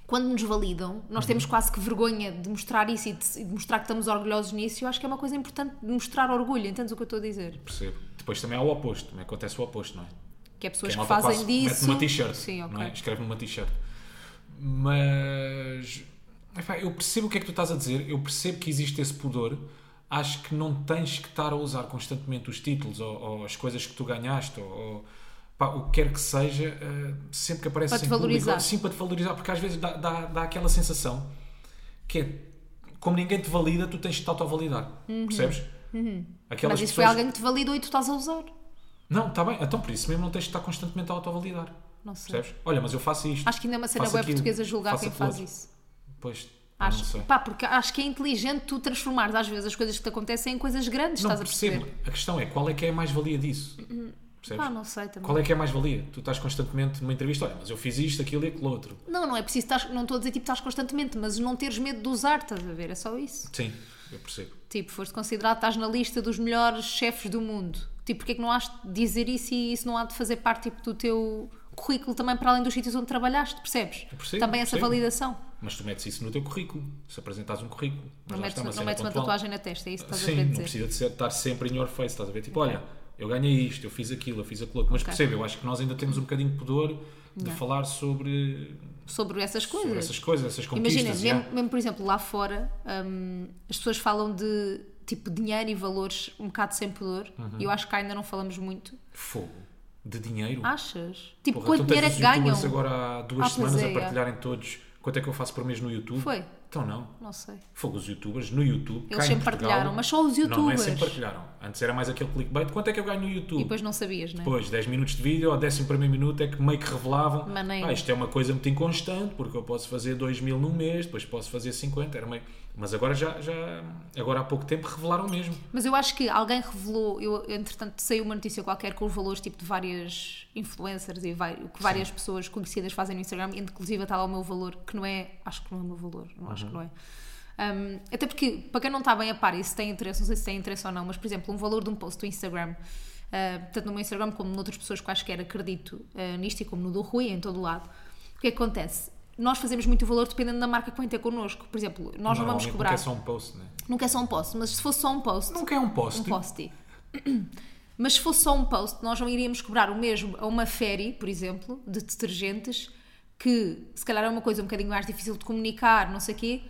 Speaker 2: quando nos validam,
Speaker 1: Uhum.
Speaker 2: nós temos quase que vergonha de mostrar isso e de, e de mostrar que estamos orgulhosos nisso. Eu acho que é uma coisa importante de mostrar orgulho, entendes o que eu estou a dizer?
Speaker 1: Percebo. Depois também há o oposto, também acontece o oposto, não é?
Speaker 2: Que é
Speaker 1: Que
Speaker 2: pessoas
Speaker 1: a
Speaker 2: que
Speaker 1: malta
Speaker 2: fazem
Speaker 1: quase Mete
Speaker 2: disso.
Speaker 1: numa t-shirt.
Speaker 2: Sim, ok.
Speaker 1: não é? Escreve numa t-shirt. Mas. epá, eu percebo o que é que tu estás a dizer, eu percebo que existe esse pudor. Acho que não tens que estar a usar constantemente os títulos ou, ou as coisas que tu ganhaste ou. ou, pá, o que quer que seja, eh, sempre que aparece
Speaker 2: Para te
Speaker 1: em público,
Speaker 2: valorizar.
Speaker 1: sim, para te valorizar, porque às vezes dá, dá, dá aquela sensação que é como ninguém te valida, tu tens de te autovalidar. Percebes? Aquelas
Speaker 2: Uhum. Mas isso foi
Speaker 1: pessoas-
Speaker 2: alguém que te validou e tu estás a usar.
Speaker 1: Não, está bem, então por isso mesmo não tens de estar constantemente a autovalidar.
Speaker 2: Não sei.
Speaker 1: Percebes? Olha, mas eu faço isto.
Speaker 2: Acho que ainda é uma cena
Speaker 1: Faço
Speaker 2: boa
Speaker 1: aquilo,
Speaker 2: portuguesa julgar
Speaker 1: faço
Speaker 2: quem
Speaker 1: aquilo
Speaker 2: faz
Speaker 1: outro.
Speaker 2: isso.
Speaker 1: Pois, não
Speaker 2: Acho,
Speaker 1: sei.
Speaker 2: pá, porque acho que é inteligente tu transformares às vezes as coisas que te acontecem em coisas grandes,
Speaker 1: Não,
Speaker 2: estás a perceber? Uhum.
Speaker 1: percebo. A questão é qual é que é a mais-valia disso? Percebes?
Speaker 2: Pá, não sei também.
Speaker 1: Qual é que é a mais-valia? Tu estás constantemente numa entrevista, olha, mas eu fiz isto, aquilo e aquilo outro.
Speaker 2: Não, não é preciso estar, não estou a dizer tipo estás constantemente, mas não teres medo de usar, estás a ver? É só isso.
Speaker 1: Sim, eu percebo.
Speaker 2: Tipo, foste considerado, estás na lista dos melhores chefes do mundo. Tipo, porque é que não has de dizer isso e isso não há de fazer parte tipo, do teu currículo também para além dos sítios onde trabalhaste, percebes?
Speaker 1: Eu percebo,
Speaker 2: também essa
Speaker 1: percebo.
Speaker 2: validação.
Speaker 1: Mas tu metes isso no teu currículo, se apresentares um currículo. Mas
Speaker 2: Não
Speaker 1: lá
Speaker 2: metes,
Speaker 1: está,
Speaker 2: não
Speaker 1: cena
Speaker 2: metes uma
Speaker 1: pontual.
Speaker 2: tatuagem na testa, é isso que estás a
Speaker 1: Sim,
Speaker 2: querer
Speaker 1: não
Speaker 2: dizer.
Speaker 1: precisa de ser- estar sempre in your face, estás a ver? Tipo, olha, eu ganhei isto, eu fiz aquilo, eu fiz aquilo outro. Mas
Speaker 2: Ok.
Speaker 1: percebe, eu acho que nós ainda temos um bocadinho de pudor de falar sobre,
Speaker 2: Sobre essas coisas.
Speaker 1: sobre essas coisas, essas conquistas.
Speaker 2: Imagina,
Speaker 1: já.
Speaker 2: mesmo, mesmo, por exemplo, lá fora, hum, as pessoas falam de tipo dinheiro e valores um bocado sem pudor
Speaker 1: Uhum.
Speaker 2: e eu acho que ainda não falamos muito.
Speaker 1: Fogo. De dinheiro?
Speaker 2: Achas? Tipo,
Speaker 1: Porra,
Speaker 2: quanto
Speaker 1: então
Speaker 2: dinheiro é
Speaker 1: tens
Speaker 2: que
Speaker 1: os youtubers
Speaker 2: ganham?
Speaker 1: agora há duas
Speaker 2: Ah, pois
Speaker 1: semanas
Speaker 2: é,
Speaker 1: a
Speaker 2: é.
Speaker 1: partilharem todos quanto é que eu faço por mês no YouTube.
Speaker 2: Foi?
Speaker 1: Então não.
Speaker 2: Não sei.
Speaker 1: Fogo, os youtubers no YouTube. cá
Speaker 2: Eles
Speaker 1: em
Speaker 2: sempre
Speaker 1: Portugal-
Speaker 2: partilharam, mas só os
Speaker 1: Não, não é
Speaker 2: youtubers.
Speaker 1: sempre partilharam. Antes era mais aquele clickbait. Quanto é que eu ganho no YouTube?
Speaker 2: E depois não sabias, né?
Speaker 1: Depois, 10 minutos de vídeo, ao 11 minuto é que meio que revelavam.
Speaker 2: Mas nem-
Speaker 1: "Ah, isto é uma coisa muito inconstante, porque eu posso fazer 2 mil num mês, depois posso fazer 50. Era meio... Mas agora já, já. Agora há pouco tempo revelaram mesmo.
Speaker 2: Mas eu acho que alguém revelou, eu, entretanto saiu uma notícia qualquer com os valores tipo de várias influencers e vai- o que várias pessoas conhecidas fazem no Instagram, inclusive está lá o meu valor, que não é, acho que não é o meu valor, não acho
Speaker 1: Uhum.
Speaker 2: que não é. Um, até porque, para quem não está bem a par, e se tem interesse, não sei se tem interesse ou não, mas por exemplo, um valor de um post do Instagram, ah, tanto no meu Instagram como noutras pessoas quaisquer acredito ah, nisto e como no do Rui, em todo o lado, o que é que acontece? Nós fazemos muito valor dependendo da marca que vem ter connosco. Por exemplo, nós não vamos
Speaker 1: Normalmente
Speaker 2: cobrar.
Speaker 1: Nunca é só um post, né?
Speaker 2: Nunca é só um post, mas se fosse só um post.
Speaker 1: Nunca é um post.
Speaker 2: Um post. Mas se fosse só um post, nós não iríamos cobrar o mesmo a uma féri, por exemplo, de detergentes, que se calhar é uma coisa um bocadinho mais difícil de comunicar, não sei o quê,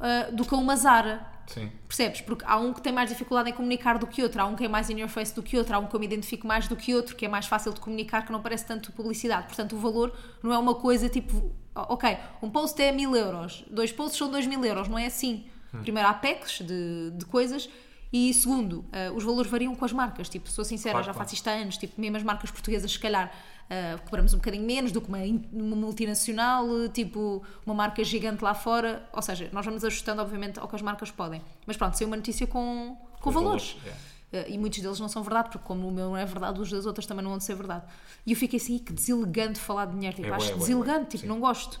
Speaker 2: ah, do que a uma Zara.
Speaker 1: Sim.
Speaker 2: Percebes? Porque há um que tem mais dificuldade em comunicar do que outro, há um que é mais in your face do que outro, há um que eu me identifico mais do que outro, que é mais fácil de comunicar, que não parece tanto publicidade. Portanto, o valor não é uma coisa tipo, ok, um post é mil euros, dois posts são dois mil euros, não é assim.
Speaker 1: Hum.
Speaker 2: Primeiro, há packs de, de coisas e segundo, eh, os valores variam com as marcas. Tipo, sou sincera,
Speaker 1: Claro,
Speaker 2: já
Speaker 1: claro.
Speaker 2: faço isto há anos, tipo, mesmo as marcas portuguesas, se calhar, eh, cobramos um bocadinho menos do que uma, in- uma multinacional, eh, tipo, uma marca gigante lá fora. Ou seja, nós vamos ajustando, obviamente, ao que as marcas podem. Mas pronto, saiu uma notícia com, com,
Speaker 1: Com os
Speaker 2: valores.
Speaker 1: valores, é.
Speaker 2: Eh, E muitos deles não são verdade, porque como o meu não é verdade, os das outras também não vão ser verdade. E eu fiquei assim, "Ih, que deselegante falar de dinheiro. Tipo,
Speaker 1: É bué,
Speaker 2: acho
Speaker 1: é bué,
Speaker 2: deselegante,
Speaker 1: bué.
Speaker 2: tipo,
Speaker 1: Sim.
Speaker 2: não gosto.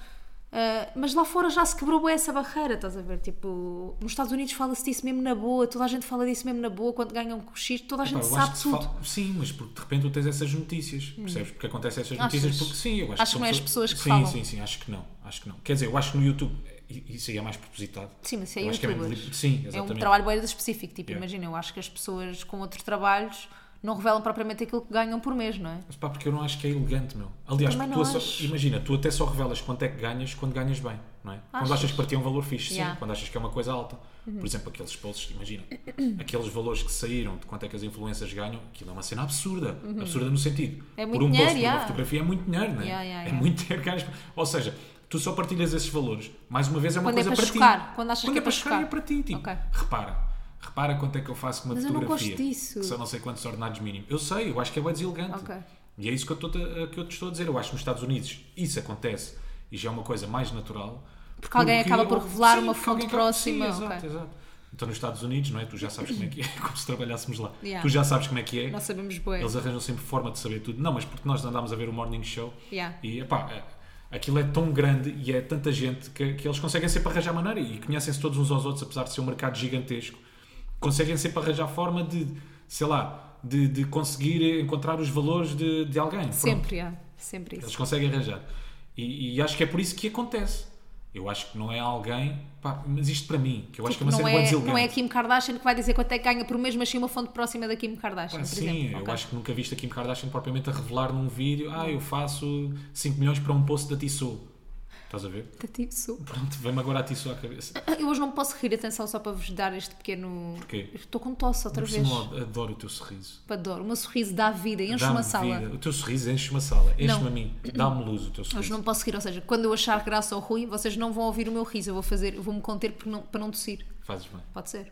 Speaker 2: Eh, mas lá fora já se quebrou bué essa barreira, estás a ver? Tipo, nos Estados Unidos fala-se disso mesmo na boa, toda a gente fala disso mesmo na boa, quando ganham com o X, toda a
Speaker 1: Pá,
Speaker 2: gente
Speaker 1: eu acho
Speaker 2: sabe
Speaker 1: que se
Speaker 2: tudo.
Speaker 1: fala- Sim, mas porque de repente tu tens essas notícias, percebes? Porque acontecem essas
Speaker 2: Achas?
Speaker 1: notícias porque sim, eu acho,
Speaker 2: Acho que
Speaker 1: são
Speaker 2: não é as pessoas que
Speaker 1: sim,
Speaker 2: falam.
Speaker 1: Sim, sim, acho que não, acho que não. Quer dizer, eu acho que no YouTube i- isso aí é mais propositado.
Speaker 2: Sim, mas isso é
Speaker 1: Eu acho que
Speaker 2: youtubers.
Speaker 1: mesmo- Sim,
Speaker 2: É um
Speaker 1: exatamente.
Speaker 2: trabalho bem específico. Tipo,
Speaker 1: Yeah.
Speaker 2: imagina, eu acho que as pessoas com outros trabalhos não revelam propriamente aquilo que ganham por mês, não é?
Speaker 1: Mas pá, porque eu não acho que é elegante, meu. Aliás,
Speaker 2: Também
Speaker 1: tu é
Speaker 2: não
Speaker 1: só-
Speaker 2: acho.
Speaker 1: imagina, tu até só revelas quanto é que ganhas quando ganhas bem, não é? Quando
Speaker 2: Achas?
Speaker 1: achas que para ti é um valor fixe, sim.
Speaker 2: Yeah. Uhum.
Speaker 1: Quando achas que é uma coisa alta. Por exemplo, aqueles posts, imagina, aqueles valores que saíram de quanto é que as influências ganham, aquilo é uma cena absurda. Absurda no sentido.
Speaker 2: Uhum. É muito
Speaker 1: por um
Speaker 2: dinheiro,
Speaker 1: post, por
Speaker 2: yeah.
Speaker 1: uma fotografia é muito dinheiro, não é?
Speaker 2: Yeah, yeah,
Speaker 1: é
Speaker 2: yeah.
Speaker 1: muito dinheiro que ganhas. Ou seja, tu só partilhas esses valores. Mais uma vez, é uma
Speaker 2: Quando é
Speaker 1: coisa
Speaker 2: para
Speaker 1: ti.
Speaker 2: chocar, quando achas que é
Speaker 1: é
Speaker 2: para
Speaker 1: para chocar,
Speaker 2: chocar.
Speaker 1: é para ti. Tipo,
Speaker 2: Ok.
Speaker 1: repara. Repara quanto é que eu faço com uma
Speaker 2: Mas eu não
Speaker 1: fotografia.
Speaker 2: gosto disso.
Speaker 1: Que são não sei quantos ordenados mínimos. Eu sei, eu acho que é bem deselegante.
Speaker 2: Ok.
Speaker 1: E é isso que eu, estou a- que eu te estou a dizer. Eu acho que nos Estados Unidos isso acontece e já é uma coisa mais natural.
Speaker 2: Porque alguém acaba por revelar uma
Speaker 1: porque
Speaker 2: fonte
Speaker 1: alguém acaba-
Speaker 2: próxima,
Speaker 1: Sim,
Speaker 2: ok.
Speaker 1: exato, exato. Então nos Estados Unidos, não é? Tu já sabes como é que é, como se trabalhássemos lá.
Speaker 2: Yeah.
Speaker 1: Tu já sabes como é que é.
Speaker 2: Nós sabemos bué.
Speaker 1: Eles arranjam sempre forma de saber tudo. Não, mas porque nós andámos a ver o Morning Show
Speaker 2: Yeah.
Speaker 1: e epá, é- aquilo é tão grande e é tanta gente que, que eles conseguem sempre arranjar maneira e conhecem-se todos uns aos outros, apesar de ser um mercado gigantesco. Conseguem sempre arranjar forma de, sei lá, de, de conseguir encontrar os valores de, de alguém. Pronto.
Speaker 2: Sempre, há. Sempre isso.
Speaker 1: Eles conseguem arranjar. E, e acho que é por isso que acontece. Eu acho que não é alguém. pá, mas isto para mim, que eu acho que é uma
Speaker 2: não,
Speaker 1: cena bué
Speaker 2: é,
Speaker 1: deselegante.
Speaker 2: não é a Kim Kardashian que vai dizer quanto é que ganha por mês, mas sim uma fonte próxima da Kim Kardashian,
Speaker 1: Pá,
Speaker 2: por
Speaker 1: Ah, sim,
Speaker 2: exemplo.
Speaker 1: eu
Speaker 2: Ok.
Speaker 1: acho que nunca viste a Kim Kardashian propriamente a revelar num vídeo: ah, eu faço 5 milhões para um poço da Tissot. Estás a ver?
Speaker 2: Tati, sou.
Speaker 1: Pronto, vem-me agora a Tissot à cabeça.
Speaker 2: Ah, Eu hoje não posso rir, atenção, só para vos dar este pequeno.
Speaker 1: Porquê?
Speaker 2: Eu Estou com tosse outra
Speaker 1: Por
Speaker 2: vez. Tipo,
Speaker 1: cima, eu adoro o teu sorriso.
Speaker 2: Adoro. Uma sorriso dá vida, enche
Speaker 1: Dá-me
Speaker 2: uma sala.
Speaker 1: vida. O teu sorriso enche uma sala. Enche-me
Speaker 2: Não.
Speaker 1: a mim. Dá-me luz o teu
Speaker 2: Hoje
Speaker 1: sorriso.
Speaker 2: não posso rir, ou seja, quando eu achar graça ou ruim, vocês não vão ouvir o meu riso. Eu vou fazer, eu vou me conter por não- para não tossir.
Speaker 1: Fazes bem.
Speaker 2: Pode ser.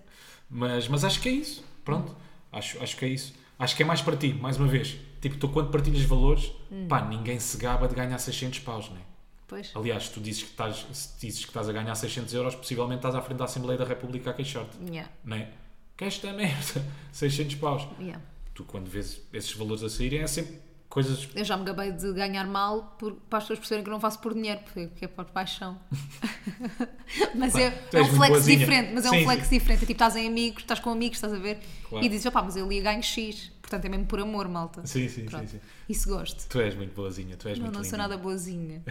Speaker 1: Mas, mas acho que é isso. Pronto. Acho, acho que é isso. Acho que é mais para ti, mais uma vez. Tipo, tu quando partilhas valores,
Speaker 2: Hum.
Speaker 1: pá, ninguém se gaba de ganhar 600 paus, né?
Speaker 2: Pois.
Speaker 1: Aliás, tu dizes que estás, se dizes que estás a ganhar 600 euros, possivelmente estás à frente da Assembleia da República a queixar-te,
Speaker 2: Yeah.
Speaker 1: né? Que esta merda, 600 paus.
Speaker 2: Yeah.
Speaker 1: Tu quando vês esses valores a saírem é sempre coisas
Speaker 2: Eu já me gabei de ganhar mal por, para as pessoas perceberem que eu não faço por dinheiro, porque que é por paixão. mas é,
Speaker 1: tu
Speaker 2: é
Speaker 1: és
Speaker 2: um
Speaker 1: muito
Speaker 2: flex
Speaker 1: boazinha.
Speaker 2: diferente, mas é
Speaker 1: Sim,
Speaker 2: um flex
Speaker 1: sim.
Speaker 2: diferente. É tipo, estás em amigos, estás com amigos, estás a ver?
Speaker 1: Claro.
Speaker 2: E dizes, opá, mas eu ali ganho X, portanto Portanto, é mesmo por amor, malta.
Speaker 1: Sim, sim,
Speaker 2: Pronto.
Speaker 1: sim, sim.
Speaker 2: Isso gosto.
Speaker 1: Tu és muito boazinha, tu és
Speaker 2: Não,
Speaker 1: muito
Speaker 2: não sou
Speaker 1: linda.
Speaker 2: nada boazinha.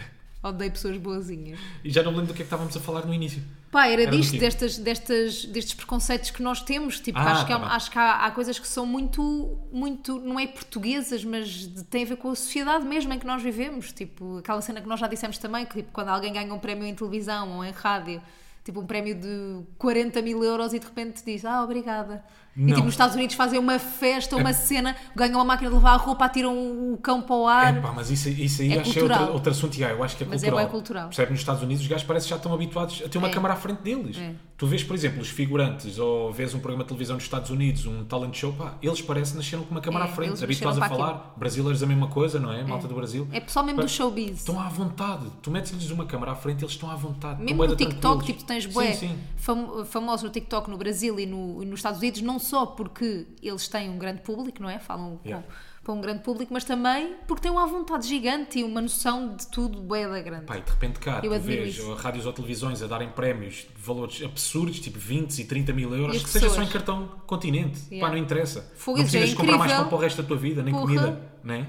Speaker 2: Odeio pessoas boazinhas.
Speaker 1: E já não me lembro do que é que estávamos a falar no início.
Speaker 2: Pá, era,
Speaker 1: Era do
Speaker 2: disto,
Speaker 1: quê?
Speaker 2: destas, destas, destes preconceitos que nós temos. Tipo,
Speaker 1: Ah,
Speaker 2: acho que, há,
Speaker 1: tá bem.
Speaker 2: acho que há, há coisas que são muito, muito, não é portuguesas, mas de- têm a ver com a sociedade mesmo em que nós vivemos. Tipo, aquela cena que nós já dissemos também, que tipo, quando alguém ganha um prémio em televisão ou em rádio, tipo um prémio de 40 mil euros e de repente diz, ah, obrigada. E
Speaker 1: Não. É
Speaker 2: tipo, nos Estados Unidos fazem uma festa, uma cena, ganham uma máquina de lavar a roupa, atiram o cão para o ar.
Speaker 1: É pá, mas isso, isso aí
Speaker 2: É
Speaker 1: acho que é
Speaker 2: cultural.
Speaker 1: outro, outro assunto. e, ah, eu acho que é
Speaker 2: Mas é
Speaker 1: cultural.
Speaker 2: bué cultural.
Speaker 1: Percebe? Nos Estados Unidos os gajos parece que já estão habituados a ter uma
Speaker 2: É.
Speaker 1: câmara à frente deles.
Speaker 2: É.
Speaker 1: Tu vês, por exemplo, os figurantes ou vês um programa de televisão nos Estados Unidos, um talent show, pá, eles parecem que nasceram com uma câmara
Speaker 2: É,
Speaker 1: à frente,
Speaker 2: eles
Speaker 1: habituados a
Speaker 2: nasceram para
Speaker 1: falar. Brasileiros a mesma coisa, não é? Malta do Brasil.
Speaker 2: É pessoal mesmo
Speaker 1: Pá,
Speaker 2: do showbiz.
Speaker 1: Estão à vontade. Tu metes-lhes uma câmara à frente, eles estão à vontade. Estão
Speaker 2: Mesmo
Speaker 1: bué
Speaker 2: no
Speaker 1: de
Speaker 2: TikTok,
Speaker 1: tranquilos.
Speaker 2: tipo, tens bué
Speaker 1: Sim, sim.
Speaker 2: fam- famosos no TikTok no Brasil e, no- e nos Estados Unidos, não só porque eles têm um grande público, não é? Falam com-
Speaker 1: Yeah.
Speaker 2: para um grande público, mas também porque têm uma vontade gigante e uma noção de tudo bué da grande.
Speaker 1: Pá, e de repente cá,
Speaker 2: Eu
Speaker 1: tu
Speaker 2: admiro
Speaker 1: vês
Speaker 2: isso.
Speaker 1: rádios ou televisões a darem prémios de valores absurdos, tipo 20 e 30 mil euros,
Speaker 2: E as
Speaker 1: que seja só
Speaker 2: pessoas?
Speaker 1: em cartão continente.
Speaker 2: Yeah.
Speaker 1: Pá, não interessa.
Speaker 2: Fogo,
Speaker 1: não
Speaker 2: isso é
Speaker 1: precisas comprar mais
Speaker 2: incrível.
Speaker 1: pão para o resto da tua vida, nem
Speaker 2: Porra.
Speaker 1: comida, né?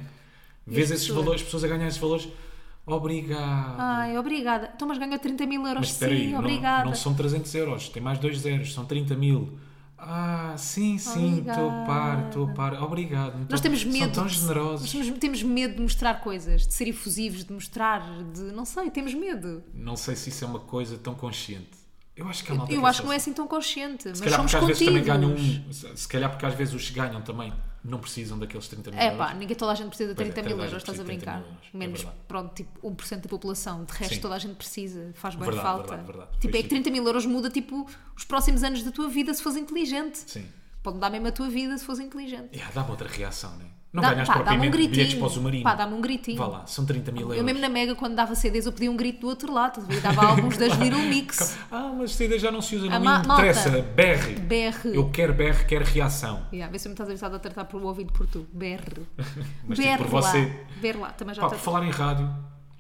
Speaker 1: Vês esses
Speaker 2: pessoas?
Speaker 1: valores, as pessoas a ganhar esses valores. Obrigado.
Speaker 2: Ai, obrigada. Então, mas ganhou 30 mil euros,
Speaker 1: Mas espera aí,
Speaker 2: sim,
Speaker 1: não,
Speaker 2: obrigada.
Speaker 1: não são 300 euros, tem mais dois zeros, são 30 mil. Ah, sim, sim, estou a par, estou a par. Obrigado. então.
Speaker 2: Nós temos medo.
Speaker 1: São tão
Speaker 2: de-
Speaker 1: generosos.
Speaker 2: Nós temos, temos medo de mostrar coisas, de ser efusivos, de mostrar, de. Não sei, temos medo.
Speaker 1: Não sei se isso é uma coisa tão consciente. Eu acho que a malta
Speaker 2: Eu
Speaker 1: quer
Speaker 2: acho
Speaker 1: só
Speaker 2: que não é assim tão consciente,
Speaker 1: Se
Speaker 2: mas
Speaker 1: calhar
Speaker 2: somos
Speaker 1: porque às vezes também ganham
Speaker 2: contidos.
Speaker 1: um. Se se calhar porque às vezes os que ganham também não precisam daqueles 30 mil
Speaker 2: É
Speaker 1: euros.
Speaker 2: pá, ninguém, toda a gente precisa de
Speaker 1: Pois é,
Speaker 2: 30 mil
Speaker 1: toda a
Speaker 2: euros,
Speaker 1: gente
Speaker 2: estás a
Speaker 1: precisa de 30
Speaker 2: brincar.
Speaker 1: mil euros, é
Speaker 2: Menos,
Speaker 1: verdade.
Speaker 2: pronto, tipo, 1% da população. De resto,
Speaker 1: Sim.
Speaker 2: toda a gente precisa, faz boa
Speaker 1: Verdade,
Speaker 2: falta.
Speaker 1: verdade, verdade.
Speaker 2: Tipo,
Speaker 1: Pois
Speaker 2: é que
Speaker 1: sim.
Speaker 2: 30 mil euros muda, tipo, os próximos anos da tua vida se fores inteligente.
Speaker 1: Sim.
Speaker 2: Pode mudar mesmo a tua vida se fores inteligente.
Speaker 1: Yeah, dá-me outra reação, né? Não
Speaker 2: Dá-
Speaker 1: ganhaste
Speaker 2: pá, dá-me um
Speaker 1: propriamente
Speaker 2: gritinho.
Speaker 1: bilhetes para o submarino.
Speaker 2: Pá, dá-me um gritinho.
Speaker 1: Vá lá, são 30 mil euros.
Speaker 2: Eu mesmo na Mega, quando dava CDs, eu pedia um grito do outro lado. estás a ver? Dava alguns das Little um Mix.
Speaker 1: Ah, mas CD já não se usa,
Speaker 2: A
Speaker 1: não me
Speaker 2: ma- malta.
Speaker 1: interessa. Berre.
Speaker 2: Berre.
Speaker 1: Eu quero berre, quero reação.
Speaker 2: Yeah, vê se me estás avisado a tratar por o ouvido por tu. Berre.
Speaker 1: Mas tipo,
Speaker 2: Berre
Speaker 1: por
Speaker 2: lá.
Speaker 1: você.
Speaker 2: Berre lá. Também já
Speaker 1: Pá, por
Speaker 2: trato-
Speaker 1: falar em rádio,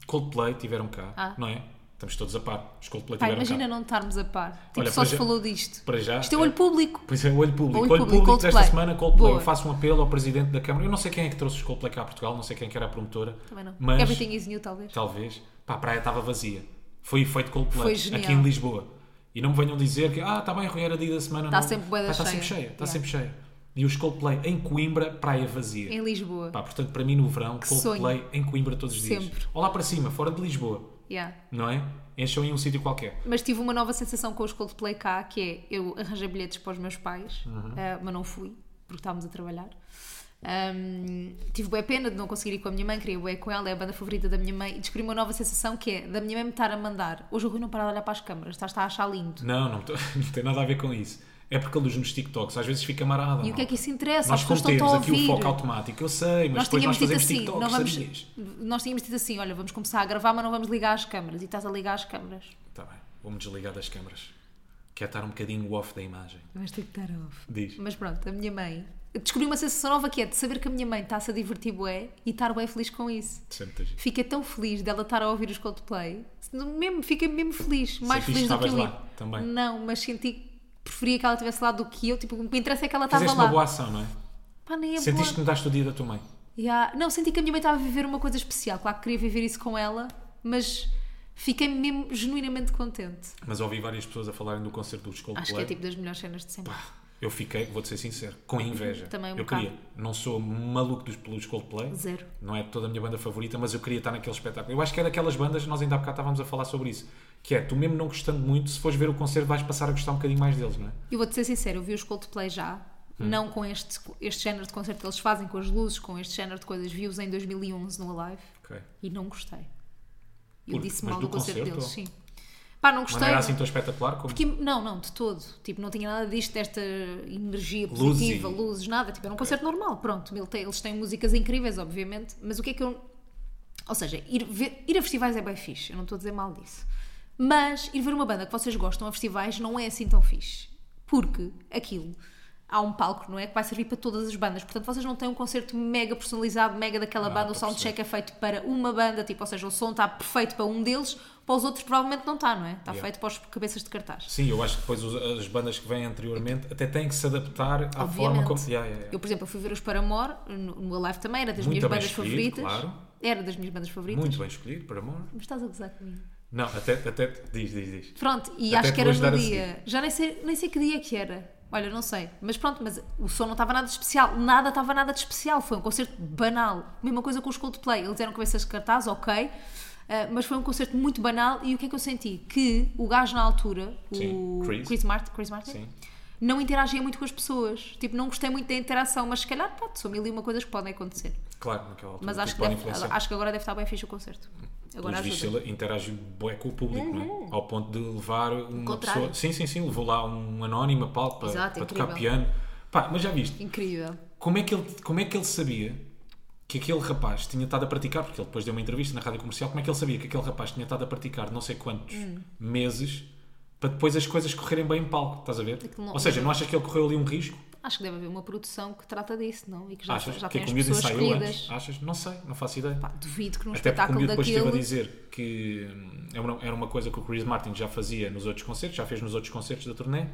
Speaker 1: Coldplay tiveram cá,
Speaker 2: Ah.
Speaker 1: não é? Estamos todos a par. Os Coldplay
Speaker 2: Pá,
Speaker 1: tiveram
Speaker 2: imagina
Speaker 1: cá.
Speaker 2: não estarmos a par. Tipo,
Speaker 1: Olha,
Speaker 2: só
Speaker 1: para
Speaker 2: se
Speaker 1: já-
Speaker 2: falou disto.
Speaker 1: Para já.
Speaker 2: Isto é olho público.
Speaker 1: Pois é, o olho público.
Speaker 2: Um Olho
Speaker 1: Olho, olho
Speaker 2: público,
Speaker 1: público, desta
Speaker 2: Coldplay.
Speaker 1: semana, Coldplay.
Speaker 2: Boa.
Speaker 1: Eu faço um apelo ao Presidente da Câmara. Eu não sei quem é que trouxe os Coldplay cá a Portugal, não sei quem que era a promotora.
Speaker 2: Também não.
Speaker 1: Mas,
Speaker 2: Everything is new, talvez.
Speaker 1: talvez, pá, a praia estava vazia. Foi efeito Coldplay.
Speaker 2: Foi genial.
Speaker 1: aqui em Lisboa. E não me venham dizer que, ah, está bem, Rui, era dia da semana.
Speaker 2: Está
Speaker 1: não.
Speaker 2: Tá sempre bué da
Speaker 1: Pá, Está
Speaker 2: cheia.
Speaker 1: sempre cheia, está
Speaker 2: Yeah.
Speaker 1: sempre cheia. E os Coldplay em Coimbra, praia vazia.
Speaker 2: Em Lisboa.
Speaker 1: Pá, portanto, para mim no verão, Coldplay
Speaker 2: sonho.
Speaker 1: em Coimbra todos os dias.
Speaker 2: Sempre.
Speaker 1: Ou lá para cima, fora de Lisboa,
Speaker 2: Yeah.
Speaker 1: não é? Encham em um sítio qualquer.
Speaker 2: Mas tive uma nova sensação com os Coldplay cá, que é eu arranjei bilhetes para os meus pais,
Speaker 1: Uhum.
Speaker 2: eh, mas não fui, porque estávamos a trabalhar. Ahm, tive boa pena de não conseguir ir com a minha mãe, queria bué com ela, é a banda favorita da minha mãe, e descobri uma nova sensação que é da minha mãe me estar a mandar. Hoje o Rui não para de olhar para as câmaras, estás a achar lindo.
Speaker 1: Não, não, tô- não tem nada a ver com isso. É porque a luz nos TikToks às vezes fica marada.
Speaker 2: E o que é que
Speaker 1: malta.
Speaker 2: isso interessa?
Speaker 1: Nós
Speaker 2: as pessoas
Speaker 1: como
Speaker 2: estão
Speaker 1: temos
Speaker 2: a
Speaker 1: aqui o
Speaker 2: ouvir.
Speaker 1: foco automático, eu sei, mas
Speaker 2: nós
Speaker 1: depois nós
Speaker 2: tínhamos dito
Speaker 1: fazemos
Speaker 2: assim,
Speaker 1: TikToks,
Speaker 2: não vamos,
Speaker 1: sabias?
Speaker 2: nós tínhamos dito assim, olha, vamos começar a gravar, mas não vamos ligar as câmaras. E estás a ligar as câmaras.
Speaker 1: Tá bem, vou-me desligar das câmaras. Quer estar um bocadinho off da imagem.
Speaker 2: Vais ter que estar off.
Speaker 1: Diz.
Speaker 2: Mas pronto, a minha mãe. eu Descobri uma sensação nova que é de saber que a minha mãe está-se a divertir bué e estar bué feliz com isso.
Speaker 1: Sempre tens.
Speaker 2: Fiquei tão feliz dela estar a ouvir os Coldplay. Mesmo, fiquei mesmo feliz. Mais
Speaker 1: Sentiste que
Speaker 2: feliz do que eu.
Speaker 1: estavas
Speaker 2: ir.
Speaker 1: lá também?
Speaker 2: Não, mas senti que preferia que ela estivesse lá do que eu. Tipo, o que me interessa é que ela estava
Speaker 1: Fizeste uma
Speaker 2: lá.
Speaker 1: boa ação, não é?
Speaker 2: Pá, nem é
Speaker 1: Sentiste que
Speaker 2: boa.
Speaker 1: mudaste o dia da tua mãe.
Speaker 2: Yeah. Não, senti que a minha mãe estava a viver uma coisa especial. Claro que queria viver isso com ela, mas fiquei mesmo genuinamente contente.
Speaker 1: Mas ouvi várias pessoas a falarem do concerto dos Coldplay.
Speaker 2: Acho que é tipo das melhores cenas de sempre.
Speaker 1: Eu fiquei, vou-te ser sincero, com inveja.
Speaker 2: Também um
Speaker 1: eu
Speaker 2: bocado.
Speaker 1: queria. Não sou maluco dos pelos Coldplay.
Speaker 2: Zero.
Speaker 1: Não é toda a minha banda favorita, mas eu queria estar naquele espetáculo. Eu acho que é daquelas bandas, nós ainda há bocado estávamos a falar sobre isso. Que é, tu mesmo não gostando muito, se fores ver o concerto vais passar a gostar um bocadinho mais deles, não é?
Speaker 2: Eu vou-te ser sincero, eu vi os Coldplay já,
Speaker 1: Hum.
Speaker 2: não com este, este género de concerto que eles fazem, com as luzes, com este género de coisas, vi-os em 2011 no Live
Speaker 1: Ok.
Speaker 2: e não gostei. Eu
Speaker 1: Por-
Speaker 2: disse
Speaker 1: mas
Speaker 2: mal do,
Speaker 1: do
Speaker 2: concerto,
Speaker 1: concerto,
Speaker 2: deles,
Speaker 1: ou?
Speaker 2: sim. Pá, não
Speaker 1: Mas
Speaker 2: gostei.
Speaker 1: não era assim tão espetacular como...
Speaker 2: porque- não, não, de todo. Tipo, não tinha nada disto, desta energia
Speaker 1: Luzes
Speaker 2: positiva,
Speaker 1: e-
Speaker 2: luzes, nada. Tipo, era um concerto normal, pronto. ele tem- Eles têm músicas incríveis, obviamente, mas o que é que eu. Ou seja, ir, ver- ir a festivais é bem fixe, eu não estou a dizer mal disso. Mas ir ver uma banda que vocês gostam a festivais não é assim tão fixe. Porque aquilo há um palco, não é? Que vai servir para todas as bandas. Portanto, vocês não têm um concerto mega personalizado, mega daquela banda. O
Speaker 1: estou a
Speaker 2: soundcheck é feito para uma banda, tipo, ou seja, o som está perfeito para um deles, para os outros provavelmente não está, não é? Está
Speaker 1: Yeah.
Speaker 2: feito para os cabeças de cartaz.
Speaker 1: Sim, eu acho que depois os- as bandas que vêm anteriormente até têm que se adaptar à forma como. Yeah, yeah, yeah.
Speaker 2: Eu, por exemplo, eu fui ver os Paramore no, no Alive também, era das
Speaker 1: Muito
Speaker 2: minhas
Speaker 1: bem
Speaker 2: bandas
Speaker 1: escolhido,
Speaker 2: favoritas.
Speaker 1: claro.
Speaker 2: Era das minhas bandas favoritas.
Speaker 1: Muito bem escolhido, por amor.
Speaker 2: Mas estás a gozar comigo.
Speaker 1: Não, até, até. Diz, diz, diz.
Speaker 2: Pronto, e
Speaker 1: Até
Speaker 2: acho
Speaker 1: te
Speaker 2: que
Speaker 1: vou
Speaker 2: era
Speaker 1: ajudar
Speaker 2: no
Speaker 1: a
Speaker 2: dia. Já nem sei, nem sei que dia que era. Olha, não sei. Mas pronto, mas o som não estava nada de especial. Nada estava nada de especial. Foi um concerto banal. Mesma coisa com os Coldplay. Eles eram cabeças de cartaz, ok. ah, mas foi um concerto muito banal e o que é que eu senti? Que o gajo na altura,
Speaker 1: Sim,
Speaker 2: o
Speaker 1: Chris.
Speaker 2: Martin, Chris Martin
Speaker 1: Sim.
Speaker 2: não interagia muito com as pessoas. Tipo, não gostei muito da interação, mas se calhar, pronto, são mil e uma coisas que podem acontecer.
Speaker 1: Claro, naquela altura.
Speaker 2: Mas
Speaker 1: tudo
Speaker 2: acho que,
Speaker 1: pode
Speaker 2: deve-
Speaker 1: influenciar.
Speaker 2: acho que agora deve estar bem fixe o concerto. Agora
Speaker 1: Pelos vistos,
Speaker 2: ajuda. Uhum.
Speaker 1: ele interagiu bué com o público, não é? Ao ponto de levar uma
Speaker 2: contrário.
Speaker 1: pessoa. Sim, sim, sim, levou lá um anónimo a palco para,
Speaker 2: Exato,
Speaker 1: para tocar
Speaker 2: incrível.
Speaker 1: piano. Pá, mas já viste,
Speaker 2: Incrível.
Speaker 1: como é, que ele, como é que ele sabia que aquele rapaz tinha estado a praticar, porque ele depois deu uma entrevista na rádio comercial, como é que ele sabia que aquele rapaz tinha estado a praticar não sei quantos
Speaker 2: Hum.
Speaker 1: meses para depois as coisas correrem bem em palco, estás a ver?
Speaker 2: não-
Speaker 1: Ou seja, não achas que ele correu ali um risco?
Speaker 2: Acho que deve haver uma produção que trata disso, não? E que já,
Speaker 1: achas
Speaker 2: já
Speaker 1: que
Speaker 2: tem
Speaker 1: é
Speaker 2: as
Speaker 1: que o miúdo
Speaker 2: pessoas
Speaker 1: ensaiou
Speaker 2: escolhidas.
Speaker 1: antes? Achas? Não sei, não faço ideia.
Speaker 2: Pá, duvido que num
Speaker 1: Até porque o
Speaker 2: um espetáculo
Speaker 1: miúdo depois esteve a
Speaker 2: daquele.
Speaker 1: dizer que hum, é uma- era uma coisa que o Chris Martin já fazia nos outros concertos, já fez nos outros concertos da turnê,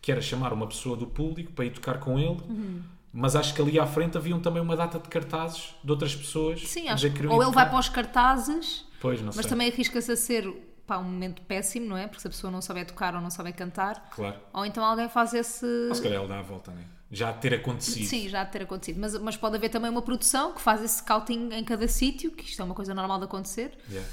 Speaker 1: que era chamar uma pessoa do público para ir tocar com ele,
Speaker 2: Uhum.
Speaker 1: mas acho que ali à frente haviam também uma data de cartazes de outras pessoas.
Speaker 2: Sim,
Speaker 1: a
Speaker 2: acho
Speaker 1: dizer
Speaker 2: que.
Speaker 1: queriam
Speaker 2: Ou
Speaker 1: ir
Speaker 2: ele vai para
Speaker 1: tocar.
Speaker 2: os cartazes,
Speaker 1: Pois, não
Speaker 2: mas
Speaker 1: sei.
Speaker 2: também arrisca-se a ser pá, um momento péssimo, não é? Porque se a pessoa não souber tocar ou não souber cantar.
Speaker 1: Claro.
Speaker 2: Ou então alguém faz esse.
Speaker 1: Ou se calhar ele dá a volta, né? Já ter acontecido.
Speaker 2: Sim, já há de ter acontecido. Mas, mas pode haver também uma produção que faz esse scouting em cada sítio, que isto é uma coisa normal de acontecer.
Speaker 1: Yeah.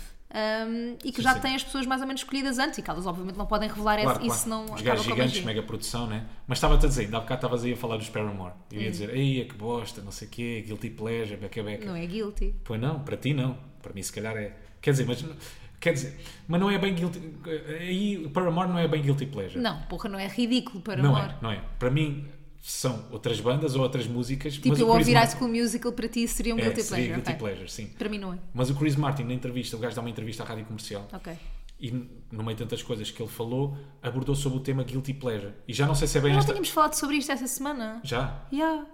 Speaker 2: hum, e que
Speaker 1: Sim,
Speaker 2: já
Speaker 1: sim.
Speaker 2: tem as pessoas mais ou menos escolhidas antes e que elas obviamente não podem revelar
Speaker 1: Claro,
Speaker 2: esse- isso,
Speaker 1: claro.
Speaker 2: não
Speaker 1: Os
Speaker 2: acaba
Speaker 1: gajos
Speaker 2: com a
Speaker 1: gigantes,
Speaker 2: magia.
Speaker 1: mega produção, né? Mas estava-te a dizer, ainda há bocado estavas aí a falar dos Paramore. Eu
Speaker 2: Hum.
Speaker 1: ia dizer, ei, que bosta, não sei o quê, guilty pleasure, beca beca.
Speaker 2: Não é guilty.
Speaker 1: Pois não, para ti não. Para mim, se calhar é. Quer dizer, mas, quer dizer, mas não é bem guilty. Aí, Paramore não é bem guilty pleasure.
Speaker 2: Não, porra, não é ridículo para
Speaker 1: não
Speaker 2: amor.
Speaker 1: é, não é. Para mim, são outras bandas ou outras músicas.
Speaker 2: Tipo,
Speaker 1: mas
Speaker 2: eu
Speaker 1: o Chris
Speaker 2: ouvir High
Speaker 1: Martin-
Speaker 2: School Musical para ti seria um
Speaker 1: é,
Speaker 2: guilty
Speaker 1: seria
Speaker 2: pleasure.
Speaker 1: guilty
Speaker 2: ok.
Speaker 1: pleasure, sim.
Speaker 2: Para mim não é.
Speaker 1: Mas o Chris Martin, na entrevista, o gajo dá uma entrevista à rádio comercial
Speaker 2: Ok.
Speaker 1: e, no meio de tantas coisas que ele falou, abordou sobre o tema guilty pleasure. E já não sei se é bem
Speaker 2: Nós
Speaker 1: esta.
Speaker 2: tínhamos falado sobre isto essa semana.
Speaker 1: Já,
Speaker 2: Já,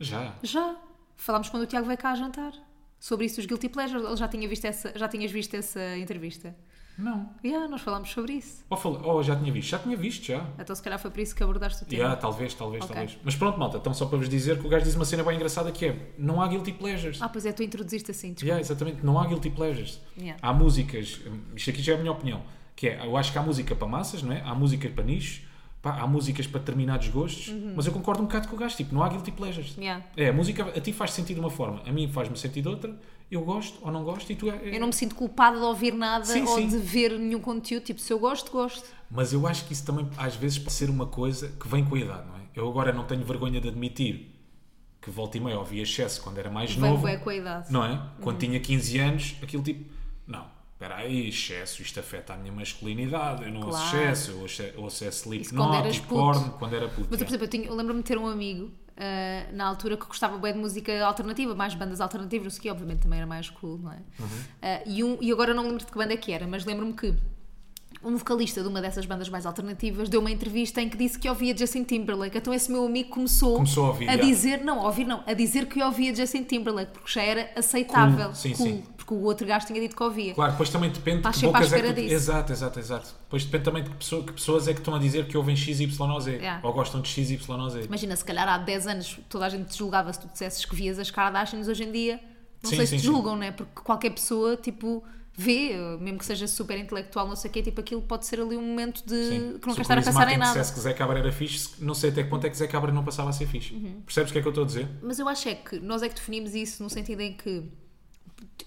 Speaker 1: já.
Speaker 2: já. Falámos quando o Tiago veio cá a jantar. Sobre isso dos guilty pleasures. Ou já, tinha visto essa, já tinhas visto essa entrevista?
Speaker 1: Não.
Speaker 2: Já, nós falámos sobre isso.
Speaker 1: Ou, falei- ou já tinha visto? Já tinha visto, já.
Speaker 2: Então se calhar foi por isso que abordaste o tema.
Speaker 1: Yeah, talvez, talvez,
Speaker 2: Ok.
Speaker 1: talvez. Mas pronto, malta, então só para vos dizer que o gajo diz uma cena bem engraçada que é não há guilty pleasures.
Speaker 2: Ah, pois é, tu introduziste assim. desculpa.
Speaker 1: Yeah, exatamente, não há guilty pleasures.
Speaker 2: Yeah.
Speaker 1: Há músicas, hum, isto aqui já é a minha opinião, que é, eu acho que há música para massas, não é? Há música para nichos, pá, há músicas para determinados gostos, mas eu concordo um bocado com o gajo, tipo, não há guilty pleasures.
Speaker 2: Uhum. Yeah.
Speaker 1: É, a música a ti faz sentido de uma forma, a mim faz-me sentido de outra, eu gosto ou não gosto e tu é... é-
Speaker 2: Eu não me sinto culpada de ouvir nada
Speaker 1: Sim,
Speaker 2: ou
Speaker 1: sim.
Speaker 2: de ver nenhum conteúdo. Tipo, se eu gosto, gosto.
Speaker 1: Mas eu acho que isso também às vezes pode ser uma coisa que vem com a idade, não é? Eu agora não tenho vergonha de admitir que volta e meia ouvia excesso quando era mais
Speaker 2: Vem
Speaker 1: novo.
Speaker 2: bué com a idade. Uhum.
Speaker 1: Não é? Quando tinha 15 anos, aquilo tipo, não, espera aí, excesso, isto afeta a minha masculinidade, eu não ouço
Speaker 2: Claro.
Speaker 1: excesso, eu ouço, eu ouço é
Speaker 2: quando
Speaker 1: slipknot
Speaker 2: eras
Speaker 1: e
Speaker 2: puto.
Speaker 1: porno quando era puto.
Speaker 2: Mas,
Speaker 1: é.
Speaker 2: por exemplo, eu, tinha- eu lembro-me de ter um amigo ah, na altura que gostava bem de música alternativa, mais bandas alternativas, não sei o que obviamente também era mais cool, não é?
Speaker 1: Uhum.
Speaker 2: Ah, e, um- e agora eu não lembro de que banda que era, mas lembro-me que um vocalista de uma dessas bandas mais alternativas deu uma entrevista em que disse que ouvia Justin Timberlake. Então esse meu amigo começou,
Speaker 1: Começou a ouvir, já.
Speaker 2: dizer, não, a ouvir não, a dizer que ouvia Justin Timberlake, porque já era aceitável,
Speaker 1: Cool, sim,
Speaker 2: cool,
Speaker 1: sim.
Speaker 2: porque o outro gajo tinha dito que ouvia.
Speaker 1: Claro, depois também depende de
Speaker 2: Estás
Speaker 1: que
Speaker 2: sempre à
Speaker 1: bocas é que...
Speaker 2: espera disso.
Speaker 1: Exato, exato, exato. Depois depende também de que, pessoa- que pessoas é que estão a dizer que ouvem XYZ
Speaker 2: Yeah.
Speaker 1: ou gostam de XYZ.
Speaker 2: Imagina, se calhar há 10 anos toda a gente te julgava se tu dissesses que vias as Kardashians hoje em dia. Não
Speaker 1: Sim,
Speaker 2: sei
Speaker 1: sim,
Speaker 2: se te
Speaker 1: sim.
Speaker 2: julgam, né? Porque qualquer pessoa, tipo, vê, mesmo que seja super intelectual, não sei o quê, tipo, aquilo pode ser ali um momento de.
Speaker 1: Sim.
Speaker 2: que não
Speaker 1: Se
Speaker 2: quer
Speaker 1: o
Speaker 2: estar a
Speaker 1: Chris
Speaker 2: pensar em
Speaker 1: Martin
Speaker 2: nada.
Speaker 1: dissesse que Zé Cabra era fixe, se- não sei até que ponto é que Zé Cabra não passava a ser fixe.
Speaker 2: Uhum.
Speaker 1: Percebes o que é que eu estou a dizer?
Speaker 2: Mas eu acho é que nós é que definimos isso no sentido em que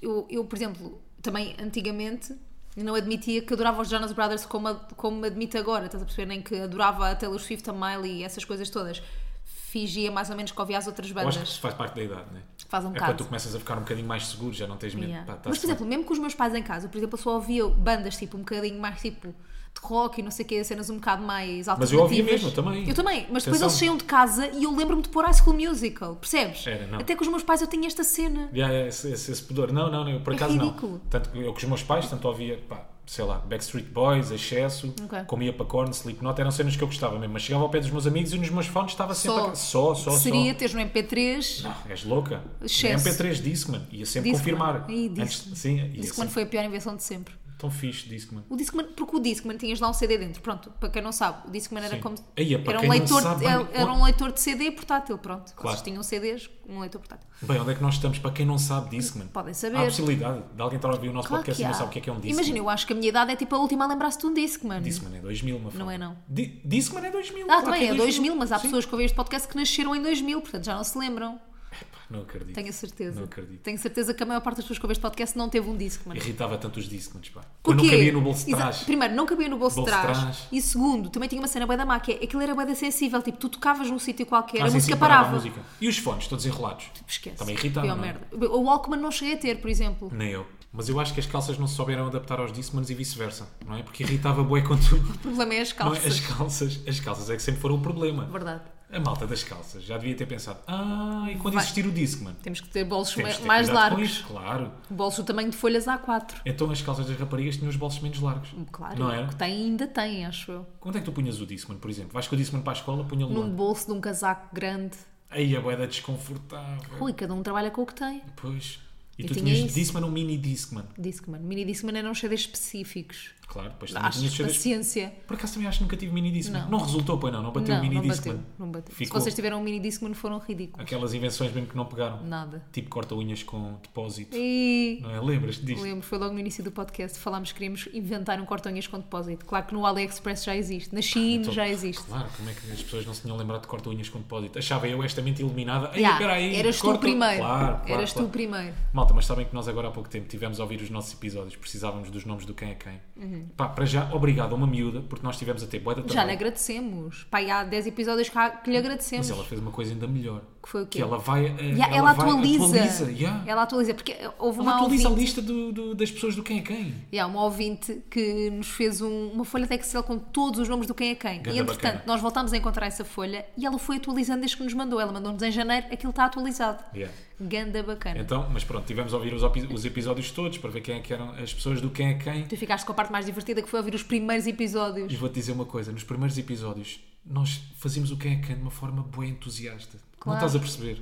Speaker 2: eu, eu, por exemplo, também antigamente não admitia que adorava os Jonas Brothers como, a- como admito agora, estás a perceber? Nem que adorava a Taylor Swift, a Miley e essas coisas todas. Fingia mais ou menos que ouvia as outras
Speaker 1: Eu acho que isso
Speaker 2: bandas.
Speaker 1: faz parte da idade, né?
Speaker 2: Faz um
Speaker 1: é
Speaker 2: bocado.
Speaker 1: quando tu começas a ficar um bocadinho mais seguro, já não tens medo.
Speaker 2: Yeah.
Speaker 1: Pá, tá tá-se
Speaker 2: Mas, por
Speaker 1: bem.
Speaker 2: exemplo, mesmo com os meus pais em casa, por exemplo, eu só ouvia bandas tipo um bocadinho mais tipo de rock e não sei o que, cenas um bocado mais alternativas.
Speaker 1: eu ouvia mesmo, eu também.
Speaker 2: Eu também, mas depois
Speaker 1: Atenção.
Speaker 2: eles saíam de casa e eu lembro-me de pôr High School Musical, percebes?
Speaker 1: Era, não.
Speaker 2: Até com os meus pais eu tinha esta cena.
Speaker 1: Yeah, yeah, esse, esse- esse pudor. Não, não, não, eu por
Speaker 2: É
Speaker 1: acaso não.
Speaker 2: ridículo.
Speaker 1: Tanto que eu com os meus pais, tanto ouvia, pá, sei lá, Backstreet Boys, Excesso,
Speaker 2: Ok.
Speaker 1: comia Pacorn, Slipknot, eram cenas que eu gostava mesmo, mas chegava ao pé dos meus amigos e nos meus fones estava sempre
Speaker 2: Só.
Speaker 1: a- é só, só,
Speaker 2: Seria
Speaker 1: só.
Speaker 2: teres no MP3.
Speaker 1: Não, és louca?
Speaker 2: Excesso.
Speaker 1: MP3 Discman, ia sempre
Speaker 2: Discman.
Speaker 1: confirmar.
Speaker 2: Ih, Discman.
Speaker 1: Antes- sim, ia
Speaker 2: Discman
Speaker 1: sempre.
Speaker 2: foi a pior invenção de sempre.
Speaker 1: Tão fixe Discman.
Speaker 2: O Discman, porque o Discman tinhas lá um CD dentro, pronto, para quem não sabe, o Discman era
Speaker 1: Sim.
Speaker 2: como
Speaker 1: Aí é para
Speaker 2: era um
Speaker 1: quem não
Speaker 2: leitor,
Speaker 1: sabe,
Speaker 2: era,
Speaker 1: bem,
Speaker 2: era um leitor de CD portátil, pronto.
Speaker 1: Claro.
Speaker 2: Vocês tinham CDs, um leitor portátil.
Speaker 1: Bem, onde é que nós estamos? Para quem não sabe Discman.
Speaker 2: Podem saber.
Speaker 1: Há a possibilidade de alguém estar a ouvir o nosso
Speaker 2: Claro
Speaker 1: podcast
Speaker 2: que
Speaker 1: e não
Speaker 2: há.
Speaker 1: sabe o que é que é um Discman.
Speaker 2: Imagina, eu acho que a minha idade é tipo a última a lembrar-se de um Discman.
Speaker 1: Discman é 2000, uma
Speaker 2: é não.
Speaker 1: Discman é 2000.
Speaker 2: Ah,
Speaker 1: claro
Speaker 2: também
Speaker 1: que
Speaker 2: é 2000, mas há
Speaker 1: Sim.
Speaker 2: pessoas que ouvem este podcast que nasceram em 2000, portanto já não se lembram.
Speaker 1: Pá, Não acredito.
Speaker 2: Tenho a certeza.
Speaker 1: Não acredito.
Speaker 2: Tenho certeza que a maior parte das pessoas que ouvem este podcast não teve um Discman.
Speaker 1: Irritava tanto os Discmans, pá. Quando
Speaker 2: Porquê?
Speaker 1: não cabia no bolso de
Speaker 2: Exa-
Speaker 1: trás.
Speaker 2: Primeiro, não cabia no bolso,
Speaker 1: Bolso
Speaker 2: de trás.
Speaker 1: trás.
Speaker 2: E segundo, também tinha uma cena bué da má, que é, aquilo era bué da sensível, tipo, tu tocavas num sítio qualquer,
Speaker 1: Ah,
Speaker 2: a
Speaker 1: sim,
Speaker 2: música
Speaker 1: sim,
Speaker 2: parava. Tipo,
Speaker 1: a música. E os fones, todos enrolados.
Speaker 2: Esquece.
Speaker 1: Também irritava,
Speaker 2: Pior
Speaker 1: não é?
Speaker 2: merda. O Walkman não cheguei a ter, por exemplo.
Speaker 1: Nem eu. Mas eu acho que as calças não se souberam adaptar aos Discmans e vice-versa, não é? Porque irritava bué quando...
Speaker 2: O problema é as
Speaker 1: Não é?
Speaker 2: calças.
Speaker 1: As calças, as calças é que sempre foram o problema.
Speaker 2: Verdade.
Speaker 1: A malta das calças já devia ter pensado, ah, e quando
Speaker 2: Vai.
Speaker 1: existir o Discman?
Speaker 2: Temos que ter bolsos
Speaker 1: Temos
Speaker 2: ma-
Speaker 1: de ter
Speaker 2: mais
Speaker 1: cuidado com
Speaker 2: largos.
Speaker 1: isto, Claro.
Speaker 2: Bolsos do tamanho de folhas A4.
Speaker 1: Então as calças das raparigas tinham os bolsos menos largos.
Speaker 2: Claro,
Speaker 1: Não é?
Speaker 2: que tem, ainda tem, acho eu.
Speaker 1: Quando é que tu punhas o Discman, por exemplo? Vais com o Discman para a escola, punha-lo
Speaker 2: Num
Speaker 1: onde?
Speaker 2: bolso de um casaco grande.
Speaker 1: Aí a boeda desconfortável.
Speaker 2: Ui, cada um trabalha com o que tem.
Speaker 1: Pois. E
Speaker 2: Eu
Speaker 1: tu
Speaker 2: tinha
Speaker 1: tinhas
Speaker 2: isso.
Speaker 1: Discman ou mini Discman?
Speaker 2: Discman. Mini Discman é eram CDs específicos.
Speaker 1: Claro, pois também tinhas
Speaker 2: Achas
Speaker 1: CDs.
Speaker 2: paciência.
Speaker 1: Por acaso também acho que nunca tive mini Discman. Não,
Speaker 2: Não.
Speaker 1: resultou, pois não, não bateu o
Speaker 2: não,
Speaker 1: mini
Speaker 2: não
Speaker 1: Discman.
Speaker 2: bateu, não bateu.
Speaker 1: Ficou
Speaker 2: Se vocês tiveram um mini Discman foram ridículos.
Speaker 1: aquelas invenções mesmo que não pegaram.
Speaker 2: Nada.
Speaker 1: Tipo corta-unhas com depósito.
Speaker 2: E...
Speaker 1: Não é? Lembras-te disto?
Speaker 2: Lembro, foi logo no início do podcast, falámos que queríamos inventar um cortonhas com depósito. Claro que no AliExpress já existe, na China
Speaker 1: Então,
Speaker 2: já existe.
Speaker 1: Claro, como é que as pessoas não se tinham lembrado de corta-unhas com depósito? Achava eu esta mente iluminada. Ei,
Speaker 2: Ya,
Speaker 1: peraí,
Speaker 2: eras tu o
Speaker 1: corta-
Speaker 2: primeiro.
Speaker 1: Claro, claro,
Speaker 2: eras
Speaker 1: claro.
Speaker 2: tu o primeiro.
Speaker 1: Malta, mas sabem que nós agora há pouco tempo tivemos a ouvir os nossos episódios, precisávamos dos nomes do quem é quem. Pá, para já, obrigado a uma miúda, porque nós tivemos a ter boeda
Speaker 2: Uhum. Já lhe
Speaker 1: também.
Speaker 2: agradecemos. Pai, há 10 episódios que há- que lhe agradecemos.
Speaker 1: Tá Mas ela fez uma coisa ainda melhor.
Speaker 2: Que foi o quê?
Speaker 1: Que ela vai. eh,
Speaker 2: Ya, ela,
Speaker 1: vai-
Speaker 2: atualiza.
Speaker 1: atualiza, yeah. Ela,
Speaker 2: Ela atualiza, porque houve uma
Speaker 1: atualiza a
Speaker 2: ouvinte,
Speaker 1: lista do- do- das pessoas do quem é quem.
Speaker 2: yeah, uma ouvinte que nos fez um- uma folha de Excel com todos os nomes do quem é quem.
Speaker 1: Ganda
Speaker 2: e entretanto,
Speaker 1: bacana.
Speaker 2: nós voltámos a encontrar essa folha e ela foi atualizando desde que nos mandou. Ela mandou-nos em janeiro, aquilo está atualizado.
Speaker 1: Yeah.
Speaker 2: Ganda bacana.
Speaker 1: Então, mas pronto, tivemos a ouvir os, opi- os episódios todos para ver quem é que eram as pessoas do quem é quem.
Speaker 2: Tu ficaste com a parte mais divertida que foi ouvir os primeiros episódios.
Speaker 1: E vou-te dizer uma coisa: nos primeiros episódios, nós fazíamos o quem é quem de uma forma boa entusiasta. Não
Speaker 2: Claro.
Speaker 1: estás a perceber?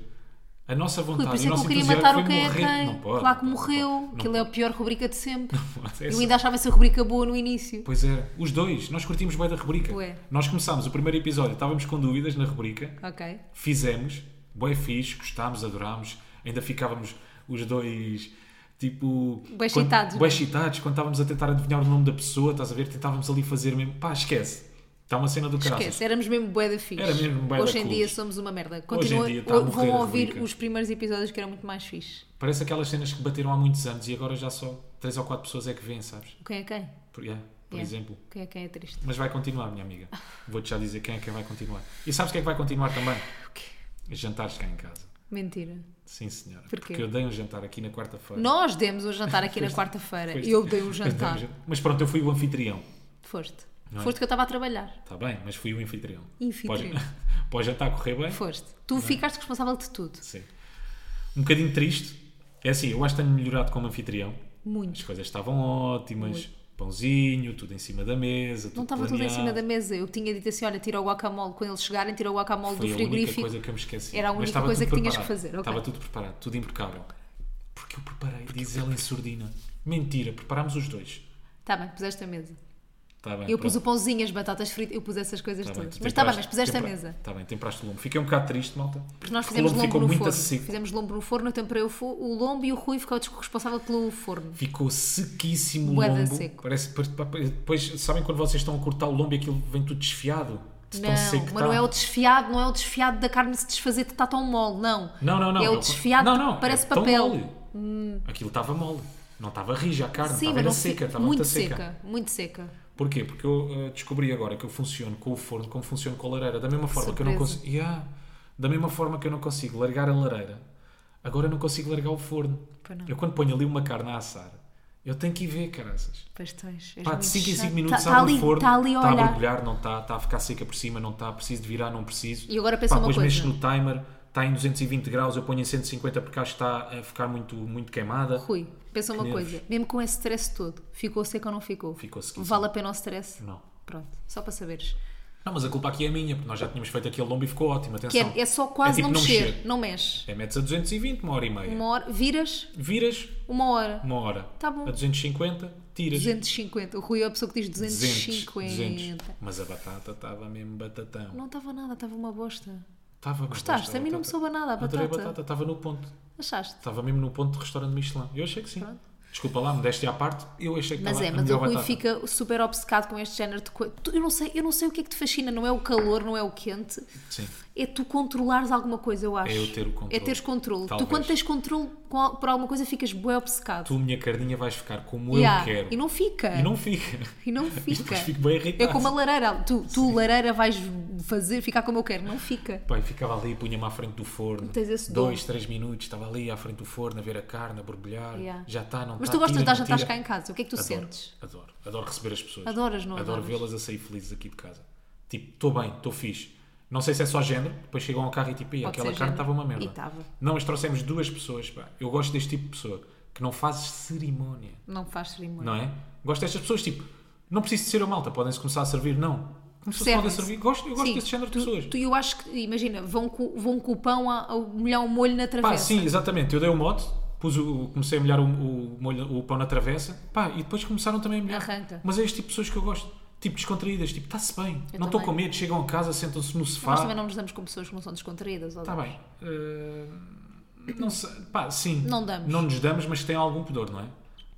Speaker 1: A nossa
Speaker 2: Rui, por
Speaker 1: vontade, o
Speaker 2: isso é que
Speaker 1: nosso
Speaker 2: eu queria
Speaker 1: entusiasmo
Speaker 2: matar
Speaker 1: foi
Speaker 2: o quem é
Speaker 1: morrer.
Speaker 2: quem.
Speaker 1: Não pode,
Speaker 2: claro que
Speaker 1: não pode, não
Speaker 2: morreu.
Speaker 1: pode.
Speaker 2: Aquilo é a pior rubrica de sempre.
Speaker 1: Pode, é
Speaker 2: Eu
Speaker 1: só-
Speaker 2: ainda achava essa rubrica boa no início.
Speaker 1: Pois é, os dois, nós curtimos bem da rubrica.
Speaker 2: Ué.
Speaker 1: Nós começámos o primeiro episódio, estávamos com dúvidas na rubrica,
Speaker 2: Ok.
Speaker 1: fizemos, bem fixe, gostámos, adorámos, ainda ficávamos os dois tipo.
Speaker 2: Bué excitados,
Speaker 1: Quando, bué
Speaker 2: não é?
Speaker 1: excitados, quando estávamos a tentar adivinhar o nome da pessoa, estás a ver? Tentávamos ali fazer mesmo. Pá, esquece. Está uma cena do caralho.
Speaker 2: Esquece, éramos mesmo bué da fixe.
Speaker 1: Era mesmo bué da
Speaker 2: Hoje em
Speaker 1: cool.
Speaker 2: dia somos uma merda.
Speaker 1: em
Speaker 2: Continua,
Speaker 1: dia tá está a morrer
Speaker 2: vão
Speaker 1: a
Speaker 2: ouvir
Speaker 1: rubrica.
Speaker 2: os primeiros episódios que eram muito mais fixe.
Speaker 1: Parece aquelas cenas que bateram há muitos anos e agora já só 3 ou 4 pessoas é que vêm, sabes?
Speaker 2: Quem é quem?
Speaker 1: Por, yeah, por
Speaker 2: Yeah.
Speaker 1: exemplo.
Speaker 2: Quem é quem é triste?
Speaker 1: Mas vai continuar, minha amiga. Vou-te já dizer quem é que vai continuar. E sabes quem é que vai continuar também?
Speaker 2: O quê?
Speaker 1: Jantares cá em casa.
Speaker 2: Mentira.
Speaker 1: Sim, senhora.
Speaker 2: Porquê?
Speaker 1: Porque eu dei um jantar aqui na quarta-feira.
Speaker 2: Nós demos um jantar aqui na quarta-feira.
Speaker 1: Foste-
Speaker 2: Eu dei um
Speaker 1: Eu dei um
Speaker 2: jantar.
Speaker 1: jan- Mas pronto, eu fui o anfitrião.
Speaker 2: Foste.
Speaker 1: Não é?
Speaker 2: Foste que eu estava a trabalhar.
Speaker 1: Está bem, mas fui o anfitrião.
Speaker 2: Anfitrião.
Speaker 1: Pode, pode jantar correr bem?
Speaker 2: Foste. Tu
Speaker 1: é?
Speaker 2: ficaste responsável de tudo.
Speaker 1: Sim. Um bocadinho triste. É assim, eu acho que tenho melhorado como anfitrião. As
Speaker 2: Muito.
Speaker 1: coisas estavam ótimas. Pãozinho, tudo em cima da mesa. Tudo
Speaker 2: Não estava tudo em
Speaker 1: planeado.
Speaker 2: cima da mesa. Eu tinha dito assim: olha, tira o guacamole. Quando eles chegarem, tira o guacamole
Speaker 1: Foi
Speaker 2: do
Speaker 1: a única
Speaker 2: frigorífico.
Speaker 1: coisa que eu me esqueci.
Speaker 2: Era a
Speaker 1: Mas
Speaker 2: única
Speaker 1: estava
Speaker 2: coisa
Speaker 1: tudo
Speaker 2: que tinhas
Speaker 1: preparado.
Speaker 2: que fazer, ok.
Speaker 1: Estava tudo preparado, tudo impecável. Porque eu preparei, diz ela em surdina. Mentira, preparámos os dois.
Speaker 2: Tá bem, puseste a mesa.
Speaker 1: Está bem,
Speaker 2: eu pus o
Speaker 1: Ah, pronto.
Speaker 2: pãozinho, as batatas fritas, eu pus essas coisas
Speaker 1: Está
Speaker 2: todas.
Speaker 1: tu
Speaker 2: mas está bem,
Speaker 1: temperaste-
Speaker 2: mas puseste a
Speaker 1: tempera-
Speaker 2: mesa.
Speaker 1: Está bem, temperaste o lombo. Fiquei um bocado triste, malta.
Speaker 2: Porque nós
Speaker 1: o
Speaker 2: fizemos um
Speaker 1: lombo
Speaker 2: lombo,
Speaker 1: ficou
Speaker 2: no
Speaker 1: muito
Speaker 2: forno.
Speaker 1: seco.
Speaker 2: Fizemos lombo no forno, então eu temperei o, fo- o lombo e o Rui ficou responsável pelo forno.
Speaker 1: Ficou sequíssimo o
Speaker 2: Bué da
Speaker 1: lombo.
Speaker 2: seco.
Speaker 1: Parece, pa- pa- depois, sabem quando vocês estão a cortar o lombo e aquilo vem tudo desfiado? De tão seco tá.
Speaker 2: Não,
Speaker 1: que
Speaker 2: mas não é
Speaker 1: está.
Speaker 2: o desfiado, não é o desfiado da carne se desfazer que está tão mole, não.
Speaker 1: Não, não, não.
Speaker 2: É o desfiado
Speaker 1: não,
Speaker 2: que
Speaker 1: não,
Speaker 2: parece
Speaker 1: é tão
Speaker 2: papel. Hum.
Speaker 1: Mole. Aquilo estava mole. Não estava rija a carne,
Speaker 2: Sim,
Speaker 1: estava
Speaker 2: mas
Speaker 1: era
Speaker 2: não
Speaker 1: seca, estava
Speaker 2: muito
Speaker 1: muito seca.
Speaker 2: seca, muito seca.
Speaker 1: Porquê? Porque eu eh, descobri agora que eu funciono com o forno como funciono com a lareira. Da mesma forma que eu não
Speaker 2: surpresa.
Speaker 1: consigo. Yeah. Da mesma forma que eu não consigo largar a lareira, agora eu não consigo largar o forno.
Speaker 2: Pois não.
Speaker 1: Eu quando ponho ali uma carne a assar, eu tenho que ir ver, caraças.
Speaker 2: Pois tens. és
Speaker 1: Pá,
Speaker 2: muito
Speaker 1: de 5 em 5
Speaker 2: chato.
Speaker 1: minutos
Speaker 2: Tá- tá
Speaker 1: abre
Speaker 2: ali-
Speaker 1: o forno,
Speaker 2: tá ali a
Speaker 1: a tá,
Speaker 2: olhar.
Speaker 1: borbulhar, não está, está a ficar seca por cima, não está, tá, preciso de virar, não preciso.
Speaker 2: E agora pensa
Speaker 1: Pá,
Speaker 2: uma
Speaker 1: depois
Speaker 2: coisa.
Speaker 1: mexo no timer, está em 220 graus, eu ponho em 150 porque acho que está a ficar muito, muito queimada.
Speaker 2: Rui, pensa uma
Speaker 1: Que nervos.
Speaker 2: coisa, mesmo com esse stress todo, ficou seco ou não ficou?
Speaker 1: Ficou sequíssimo.
Speaker 2: Vale a pena o stress?
Speaker 1: Não.
Speaker 2: Pronto, só para saberes.
Speaker 1: Não, mas a culpa aqui é minha, porque nós já tínhamos feito aquele lombo e ficou ótimo, atenção.
Speaker 2: Que é, é só quase
Speaker 1: tipo
Speaker 2: não, mexer, não mexe.
Speaker 1: É metes a 220, uma hora e meia.
Speaker 2: Uma hora, viras
Speaker 1: Viras,
Speaker 2: uma hora,
Speaker 1: uma hora.
Speaker 2: Tá bom.
Speaker 1: A 250, tiras.
Speaker 2: 250. O Rui é a pessoa que diz 250.
Speaker 1: 200. Mas a batata estava mesmo batatão.
Speaker 2: Não estava nada, estava uma bosta.
Speaker 1: Estava
Speaker 2: Gostaste? A mim não me soube nada a
Speaker 1: então Adorei a
Speaker 2: batata.
Speaker 1: batata, Tá estava no ponto.
Speaker 2: Achaste?
Speaker 1: Estava mesmo no ponto de restaurante Michelin. Eu achei que sim. Desculpa lá, me deste à parte, eu achei que
Speaker 2: Mas
Speaker 1: estava
Speaker 2: é,
Speaker 1: a
Speaker 2: mas o
Speaker 1: melhor
Speaker 2: Rui
Speaker 1: batata.
Speaker 2: fica super obcecado com este género de coisa. Eu não, sei, eu não sei o que é que te fascina, não é o calor, não é o quente.
Speaker 1: Sim.
Speaker 2: É tu controlares alguma coisa, eu acho.
Speaker 1: É eu ter o controle.
Speaker 2: É teres controle.
Speaker 1: Talvez.
Speaker 2: Tu quando tens controle com al- por alguma coisa ficas bué obcecado.
Speaker 1: Tu, minha carninha, vais ficar como
Speaker 2: Yeah.
Speaker 1: eu quero.
Speaker 2: E não fica.
Speaker 1: E não fica.
Speaker 2: E não fica.
Speaker 1: depois fico bem
Speaker 2: é
Speaker 1: irritado.
Speaker 2: como a lareira. Tu, tu lareira, vais fazer, ficar como eu quero. Não fica.
Speaker 1: Pai, ficava ali, punha-me à frente do forno.
Speaker 2: Tens esse dom.
Speaker 1: Dois, três minutos, estava ali à frente do forno a ver a carne, a borbulhar.
Speaker 2: Yeah.
Speaker 1: Já está, não está.
Speaker 2: Mas tu gostas de
Speaker 1: tira,
Speaker 2: dar
Speaker 1: não
Speaker 2: jantares
Speaker 1: tira.
Speaker 2: cá em casa. O que é que tu
Speaker 1: adoro,
Speaker 2: sentes?
Speaker 1: Adoro, adoro receber as pessoas.
Speaker 2: Adoras, não
Speaker 1: Adoro
Speaker 2: adoras?
Speaker 1: vê-las a sair felizes aqui de casa. Tipo, estou bem, estou fixe. Não sei se é só género, depois chegam ao carro e tipo, "Ei,
Speaker 2: Pode
Speaker 1: aquela
Speaker 2: ser
Speaker 1: carne
Speaker 2: género.
Speaker 1: estava uma merda.
Speaker 2: E estava.
Speaker 1: Não, mas trouxemos duas pessoas, pá. Eu gosto deste tipo de pessoa, que não faz cerimónia,
Speaker 2: Não faz cerimônia.
Speaker 1: não é? Gosto destas pessoas, tipo, não preciso de ser a malta, podem-se começar a servir, não. Começou-se podem
Speaker 2: Servem-se.
Speaker 1: servir, gosto, eu gosto
Speaker 2: Sim,
Speaker 1: deste género de
Speaker 2: tu-
Speaker 1: pessoas.
Speaker 2: Tu, eu acho que, imagina, vão com, vão com o pão a, a molhar o molho na travessa.
Speaker 1: Pá, sim, exatamente. Eu dei o mote, pus o, comecei a molhar o, o, molho- o pão na travessa, pá, e depois começaram também a molhar.
Speaker 2: Arranca.
Speaker 1: Mas é este tipo de pessoas que eu gosto. Tipo descontraídas, tipo, está-se bem,
Speaker 2: Eu
Speaker 1: não estou
Speaker 2: também.
Speaker 1: com medo, chegam a casa, sentam-se no
Speaker 2: Nós
Speaker 1: sofá.
Speaker 2: também não nos damos com pessoas que não são descontraídas. ou
Speaker 1: Está Tá
Speaker 2: não?
Speaker 1: bem. Eh, não sei, pá, sim.
Speaker 2: Não damos.
Speaker 1: Não nos damos, mas tem algum pudor, não é?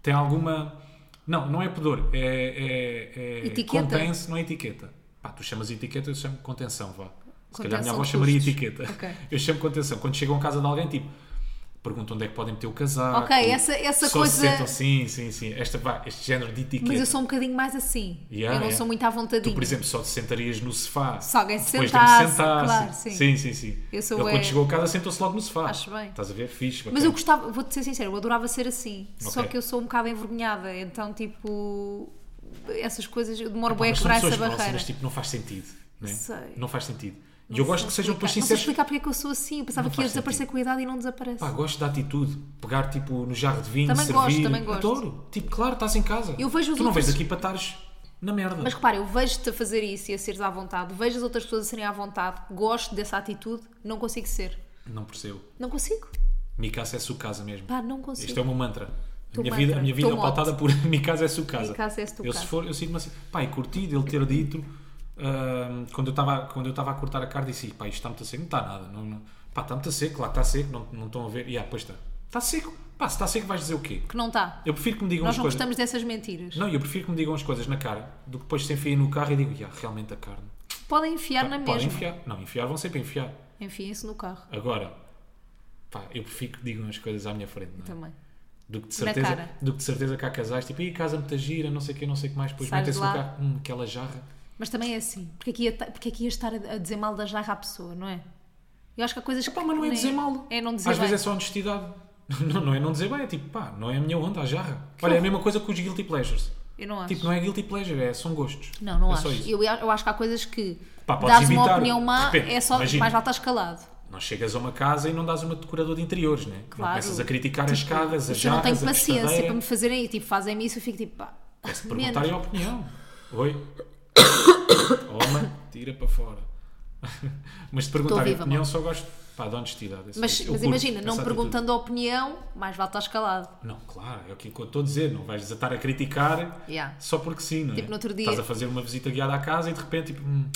Speaker 1: Tem alguma. Não, não é pudor, é. é, é
Speaker 2: Etiqueta?
Speaker 1: contém-se, não é etiqueta. Pá, tu chamas etiqueta, eu chamo contenção, vá. Se calhar a minha
Speaker 2: Contenção
Speaker 1: avó
Speaker 2: de
Speaker 1: chamaria
Speaker 2: custos.
Speaker 1: etiqueta.
Speaker 2: Ok.
Speaker 1: Eu chamo contenção. Quando chegam a casa de alguém, tipo. Perguntam onde é que podem meter o casaco.
Speaker 2: Ok, essa- essa
Speaker 1: Só
Speaker 2: coisa-
Speaker 1: Se sentam, sim, sim, sim. Esta, vá, este género de etiqueta.
Speaker 2: Mas eu sou um bocadinho mais assim.
Speaker 1: Yeah,
Speaker 2: eu não
Speaker 1: yeah.
Speaker 2: sou muito à vontade.
Speaker 1: Tu, por exemplo, só te sentarias no sofá.
Speaker 2: Se alguém se
Speaker 1: depois de
Speaker 2: sentasse,
Speaker 1: me sentar,
Speaker 2: claro,
Speaker 1: sim.
Speaker 2: sim.
Speaker 1: Sim, sim, sim.
Speaker 2: Eu sou
Speaker 1: Ele,
Speaker 2: bué-
Speaker 1: quando chegou a casa, sentou-se logo no sofá.
Speaker 2: Acho bem.
Speaker 1: Estás a ver? Fixe.
Speaker 2: Mas
Speaker 1: bacana.
Speaker 2: eu gostava, vou-te ser sincero, eu adorava ser assim. Só
Speaker 1: Ok.
Speaker 2: que eu sou um bocado envergonhada, então, tipo, essas coisas, eu demoro
Speaker 1: Pá,
Speaker 2: bem a
Speaker 1: mas
Speaker 2: quebrar
Speaker 1: são
Speaker 2: essa
Speaker 1: pessoas
Speaker 2: barreira.
Speaker 1: próximas, tipo, não faz sentido. Né?
Speaker 2: Sei.
Speaker 1: Não faz sentido.
Speaker 2: Não
Speaker 1: E eu
Speaker 2: sei
Speaker 1: gosto que sejam
Speaker 2: explicar.
Speaker 1: depois
Speaker 2: Não sei
Speaker 1: sinceros.
Speaker 2: explicar porque é que eu sou assim. Eu pensava
Speaker 1: Não
Speaker 2: que ia
Speaker 1: faz sentido.
Speaker 2: desaparecer com a idade e não desaparece.
Speaker 1: Pá, gosto da atitude. Pegar, tipo, no jarro de vinho,
Speaker 2: Também
Speaker 1: servir.
Speaker 2: gosto, também gosto.
Speaker 1: Adoro. Tipo, claro, estás em casa.
Speaker 2: Eu vejo os
Speaker 1: tu não
Speaker 2: outros-
Speaker 1: vens aqui para estares na merda.
Speaker 2: Mas repara, eu vejo-te a fazer isso e a seres à vontade, vejo as outras pessoas a serem à vontade, gosto dessa atitude, não consigo ser.
Speaker 1: Não percebo.
Speaker 2: Não consigo.
Speaker 1: Mi casa é sua casa mesmo.
Speaker 2: Pá, não consigo.
Speaker 1: Este é o meu mantra. A
Speaker 2: Teu
Speaker 1: minha, vida, a
Speaker 2: mantra.
Speaker 1: minha vida
Speaker 2: Teu
Speaker 1: é pautada por Mi casa é sua casa.
Speaker 2: Mi casa é sua
Speaker 1: eu,
Speaker 2: casa.
Speaker 1: se for, eu sinto-me assim. Pá, e curti dele ter dito. ahm, quando eu estava quando eu estava a cortar a carne, disse: pá, isto está muito a seco, não está nada. Não, não, pá, está muito a seco, lá está seco, não, não estão a ver. E ah, pois está. Está seco. Pá, se está seco, vais dizer o quê?
Speaker 2: Que não está.
Speaker 1: Eu prefiro que me digam
Speaker 2: Nós
Speaker 1: as
Speaker 2: não
Speaker 1: coisas.
Speaker 2: gostamos dessas mentiras.
Speaker 1: Não, eu prefiro que me digam as coisas na cara do que depois se enfiem no carro e digo: "Ya, realmente a carne.
Speaker 2: Podem enfiar na
Speaker 1: Tá, Podem
Speaker 2: mesma.
Speaker 1: enfiar. Não, enfiar vão sempre enfiar.
Speaker 2: Enfiem-se no carro.
Speaker 1: Agora, pá, eu prefiro que digam as coisas à minha frente. Não é?
Speaker 2: Também.
Speaker 1: Do que de
Speaker 2: Na
Speaker 1: certeza,
Speaker 2: cara.
Speaker 1: do que, de certeza que há casais, tipo, e casa muita gira, não sei o que, não sei o que mais, depois
Speaker 2: Sais
Speaker 1: metem-se
Speaker 2: de
Speaker 1: no
Speaker 2: lá.
Speaker 1: carro, hum, aquela jarra.
Speaker 2: Mas também é assim. Porque é que ia, ta- porque é que ia estar a a dizer mal da jarra à pessoa, não é? Eu acho que há coisas que.
Speaker 1: Pá, mas não é
Speaker 2: nem-
Speaker 1: dizer mal.
Speaker 2: É não dizer
Speaker 1: Às
Speaker 2: bem.
Speaker 1: vezes é só honestidade. Não, não é não dizer bem, é tipo, pá, não é a minha onda, a jarra. Olha, é a mesma coisa com os guilty pleasures.
Speaker 2: Eu não acho.
Speaker 1: Tipo, não é guilty pleasure, é, são gostos.
Speaker 2: Não, não
Speaker 1: é
Speaker 2: acho.
Speaker 1: Só isso.
Speaker 2: Eu, eu acho que há coisas que
Speaker 1: Pá, podes
Speaker 2: dás uma
Speaker 1: evitar.
Speaker 2: opinião má,
Speaker 1: De repente,
Speaker 2: é só
Speaker 1: imagina.
Speaker 2: mais lá estás calado.
Speaker 1: Não chegas a uma casa e não dás uma decoradora de interiores, né?
Speaker 2: Claro.
Speaker 1: Não começas a criticar as escadas, as
Speaker 2: Porque eu não
Speaker 1: jarras,
Speaker 2: tenho
Speaker 1: a
Speaker 2: paciência
Speaker 1: tostadeira.
Speaker 2: para me fazerem tipo, fazem-me isso, eu fico tipo, pá.
Speaker 1: É-se
Speaker 2: menos.
Speaker 1: perguntar a opinião. Oi. Homem, tira para fora. mas se perguntar a
Speaker 2: viva,
Speaker 1: opinião,
Speaker 2: mano.
Speaker 1: só gosto pá, de honestidade. é só
Speaker 2: Mas,
Speaker 1: isso. Eu
Speaker 2: mas
Speaker 1: curto
Speaker 2: imagina, não
Speaker 1: essa
Speaker 2: perguntando a opinião, mais vale estás calado.
Speaker 1: atitude. Não, claro, é aquilo que eu estou a dizer. Não vais estar a criticar
Speaker 2: Yeah.
Speaker 1: só porque sim, não é?
Speaker 2: Tipo, no outro dia-
Speaker 1: Estás a fazer uma visita guiada à casa e de repente, tipo, hum,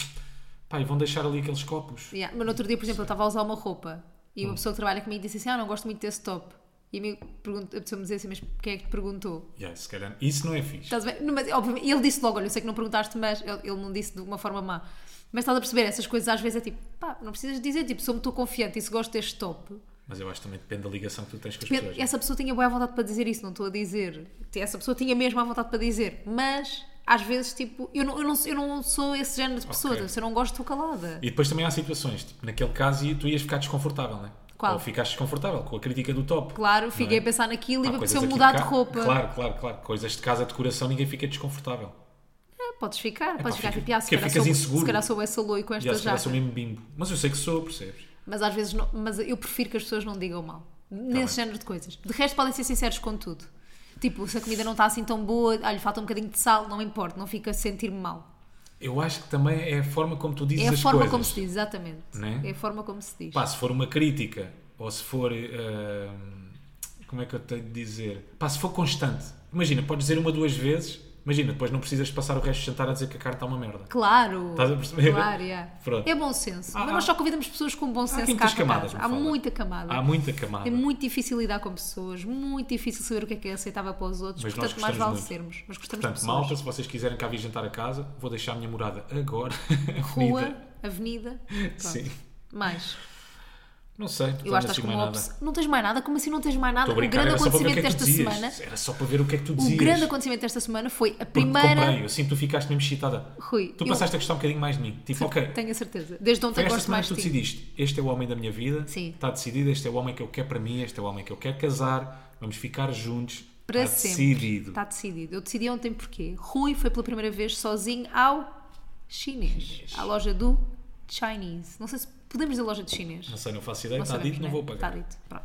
Speaker 1: pá, e vão deixar ali aqueles copos.
Speaker 2: Yeah. Mas no outro dia, por exemplo, eu estava a usar uma roupa e uma
Speaker 1: Hum.
Speaker 2: pessoa que trabalha comigo disse assim: Ah, não gosto muito desse top. E a, mim pergunta- a pessoa me dizia assim: Mas quem é que te perguntou?
Speaker 1: Yeah, se calhar, isso não é fixe.
Speaker 2: Estás a ver? Não, mas, obviamente, ele disse logo: Olha, eu sei que não perguntaste, mas ele, ele não disse de uma forma má. Mas estás a perceber, essas coisas às vezes é tipo: Pá, não precisas dizer, tipo, sou muito confiante e se gosto deste top.
Speaker 1: Mas eu acho que também depende da ligação que tu tens com as
Speaker 2: Pe-
Speaker 1: pessoas.
Speaker 2: Essa pessoa tinha boa vontade para dizer isso, não estou a dizer. Essa pessoa tinha mesmo a vontade para dizer, mas às vezes, tipo, eu não, eu não, eu não sou esse género de pessoa, então,
Speaker 1: Ok.
Speaker 2: se eu não gosto, estou calada.
Speaker 1: E depois também há situações, tipo, naquele caso e tu ias ficar desconfortável, né?
Speaker 2: Qual?
Speaker 1: Ou ficaste desconfortável com a crítica do top.
Speaker 2: Claro, fiquei
Speaker 1: é?
Speaker 2: a pensar naquilo e
Speaker 1: Há
Speaker 2: me
Speaker 1: coisas
Speaker 2: apeteceu
Speaker 1: aqui
Speaker 2: mudar
Speaker 1: ca-
Speaker 2: de roupa.
Speaker 1: Claro, claro, claro. Coisas de casa, decoração, ninguém fica desconfortável.
Speaker 2: É, podes ficar, podes ficar
Speaker 1: fica-
Speaker 2: tipo, ah, se
Speaker 1: porque
Speaker 2: calhar
Speaker 1: ficas
Speaker 2: sou,
Speaker 1: inseguro.
Speaker 2: se calhar sou essa loi com
Speaker 1: Já
Speaker 2: esta
Speaker 1: se calhar sou
Speaker 2: jarra.
Speaker 1: mesmo bimbo. Mas eu sei que sou, percebes?
Speaker 2: Mas às vezes não- mas eu prefiro que as pessoas não digam
Speaker 1: Tá
Speaker 2: mal. Nesse género de coisas. De resto, podem ser sinceros com tudo. Tipo, se a comida não está assim tão boa, olha, falta um bocadinho de sal, não importa, não fica a sentir-me mal.
Speaker 1: Eu acho que também é a forma como tu dizes
Speaker 2: É a
Speaker 1: as
Speaker 2: forma
Speaker 1: coisas.
Speaker 2: como se diz, exatamente.
Speaker 1: Né?
Speaker 2: É a forma como se diz.
Speaker 1: Pá, se for uma crítica, ou se for. hum, como é que eu tenho de dizer? Pá, se for constante. Imagina, podes dizer uma, duas vezes. Imagina, depois não precisas passar o resto do jantar a dizer que a carta é uma merda.
Speaker 2: Claro.
Speaker 1: Estás a perceber?
Speaker 2: Claro, yeah.
Speaker 1: Pronto.
Speaker 2: É bom senso.
Speaker 1: Ah,
Speaker 2: Mas
Speaker 1: ah.
Speaker 2: nós só convidamos pessoas com bom senso
Speaker 1: aqui
Speaker 2: cá
Speaker 1: muitas
Speaker 2: para
Speaker 1: camadas,
Speaker 2: casa.
Speaker 1: me
Speaker 2: Há
Speaker 1: fala.
Speaker 2: muita camada.
Speaker 1: Há muita camada.
Speaker 2: É muito difícil lidar com pessoas, muito difícil saber o que é que é aceitável para os outros,
Speaker 1: Mas nós
Speaker 2: portanto mais
Speaker 1: gostamos
Speaker 2: vale
Speaker 1: muito.
Speaker 2: sermos. Mas gostamos de
Speaker 1: Portanto,
Speaker 2: pessoas.
Speaker 1: malta, se vocês quiserem cá vir jantar a casa, vou deixar a minha morada agora.
Speaker 2: Rua,
Speaker 1: Avenida.
Speaker 2: avenida. pronto.
Speaker 1: Sim.
Speaker 2: Mais.
Speaker 1: Não sei.
Speaker 2: Eu acho que estás com uma opção. Não tens mais nada? Como assim não tens mais nada?
Speaker 1: Estou a
Speaker 2: O
Speaker 1: brincar,
Speaker 2: grande
Speaker 1: era só para ver o que
Speaker 2: acontecimento
Speaker 1: é que tu
Speaker 2: desta
Speaker 1: dizias.
Speaker 2: semana.
Speaker 1: Era só para ver o que é que tu dizias.
Speaker 2: O grande acontecimento desta semana foi a
Speaker 1: Porque
Speaker 2: primeira.
Speaker 1: comprei, eu sinto que tu ficaste mesmo excitada.
Speaker 2: Rui,
Speaker 1: tu
Speaker 2: eu-
Speaker 1: passaste a gostar um bocadinho mais de mim. Tipo, ok,
Speaker 2: Tenho a certeza. Desde
Speaker 1: Foi
Speaker 2: ontem
Speaker 1: esta
Speaker 2: gosto
Speaker 1: semana
Speaker 2: mais
Speaker 1: que tu
Speaker 2: de ti.
Speaker 1: decidiste, este é o homem da minha vida,
Speaker 2: Sim.
Speaker 1: está decidido, este é o homem que eu quero para mim, este é o homem que eu quero casar, vamos ficar juntos,
Speaker 2: Para
Speaker 1: está
Speaker 2: sempre. Tá.
Speaker 1: decidido.
Speaker 2: Está decidido. Eu decidi ontem porquê. Rui foi pela primeira vez sozinho ao chinês. À loja do Chinese. Não sei se podemos dizer loja de chinês.
Speaker 1: Não sei, não faço ideia,
Speaker 2: Não
Speaker 1: está
Speaker 2: sabemos,
Speaker 1: dito, não
Speaker 2: né?
Speaker 1: vou
Speaker 2: Está
Speaker 1: pagar.
Speaker 2: dito. Pronto.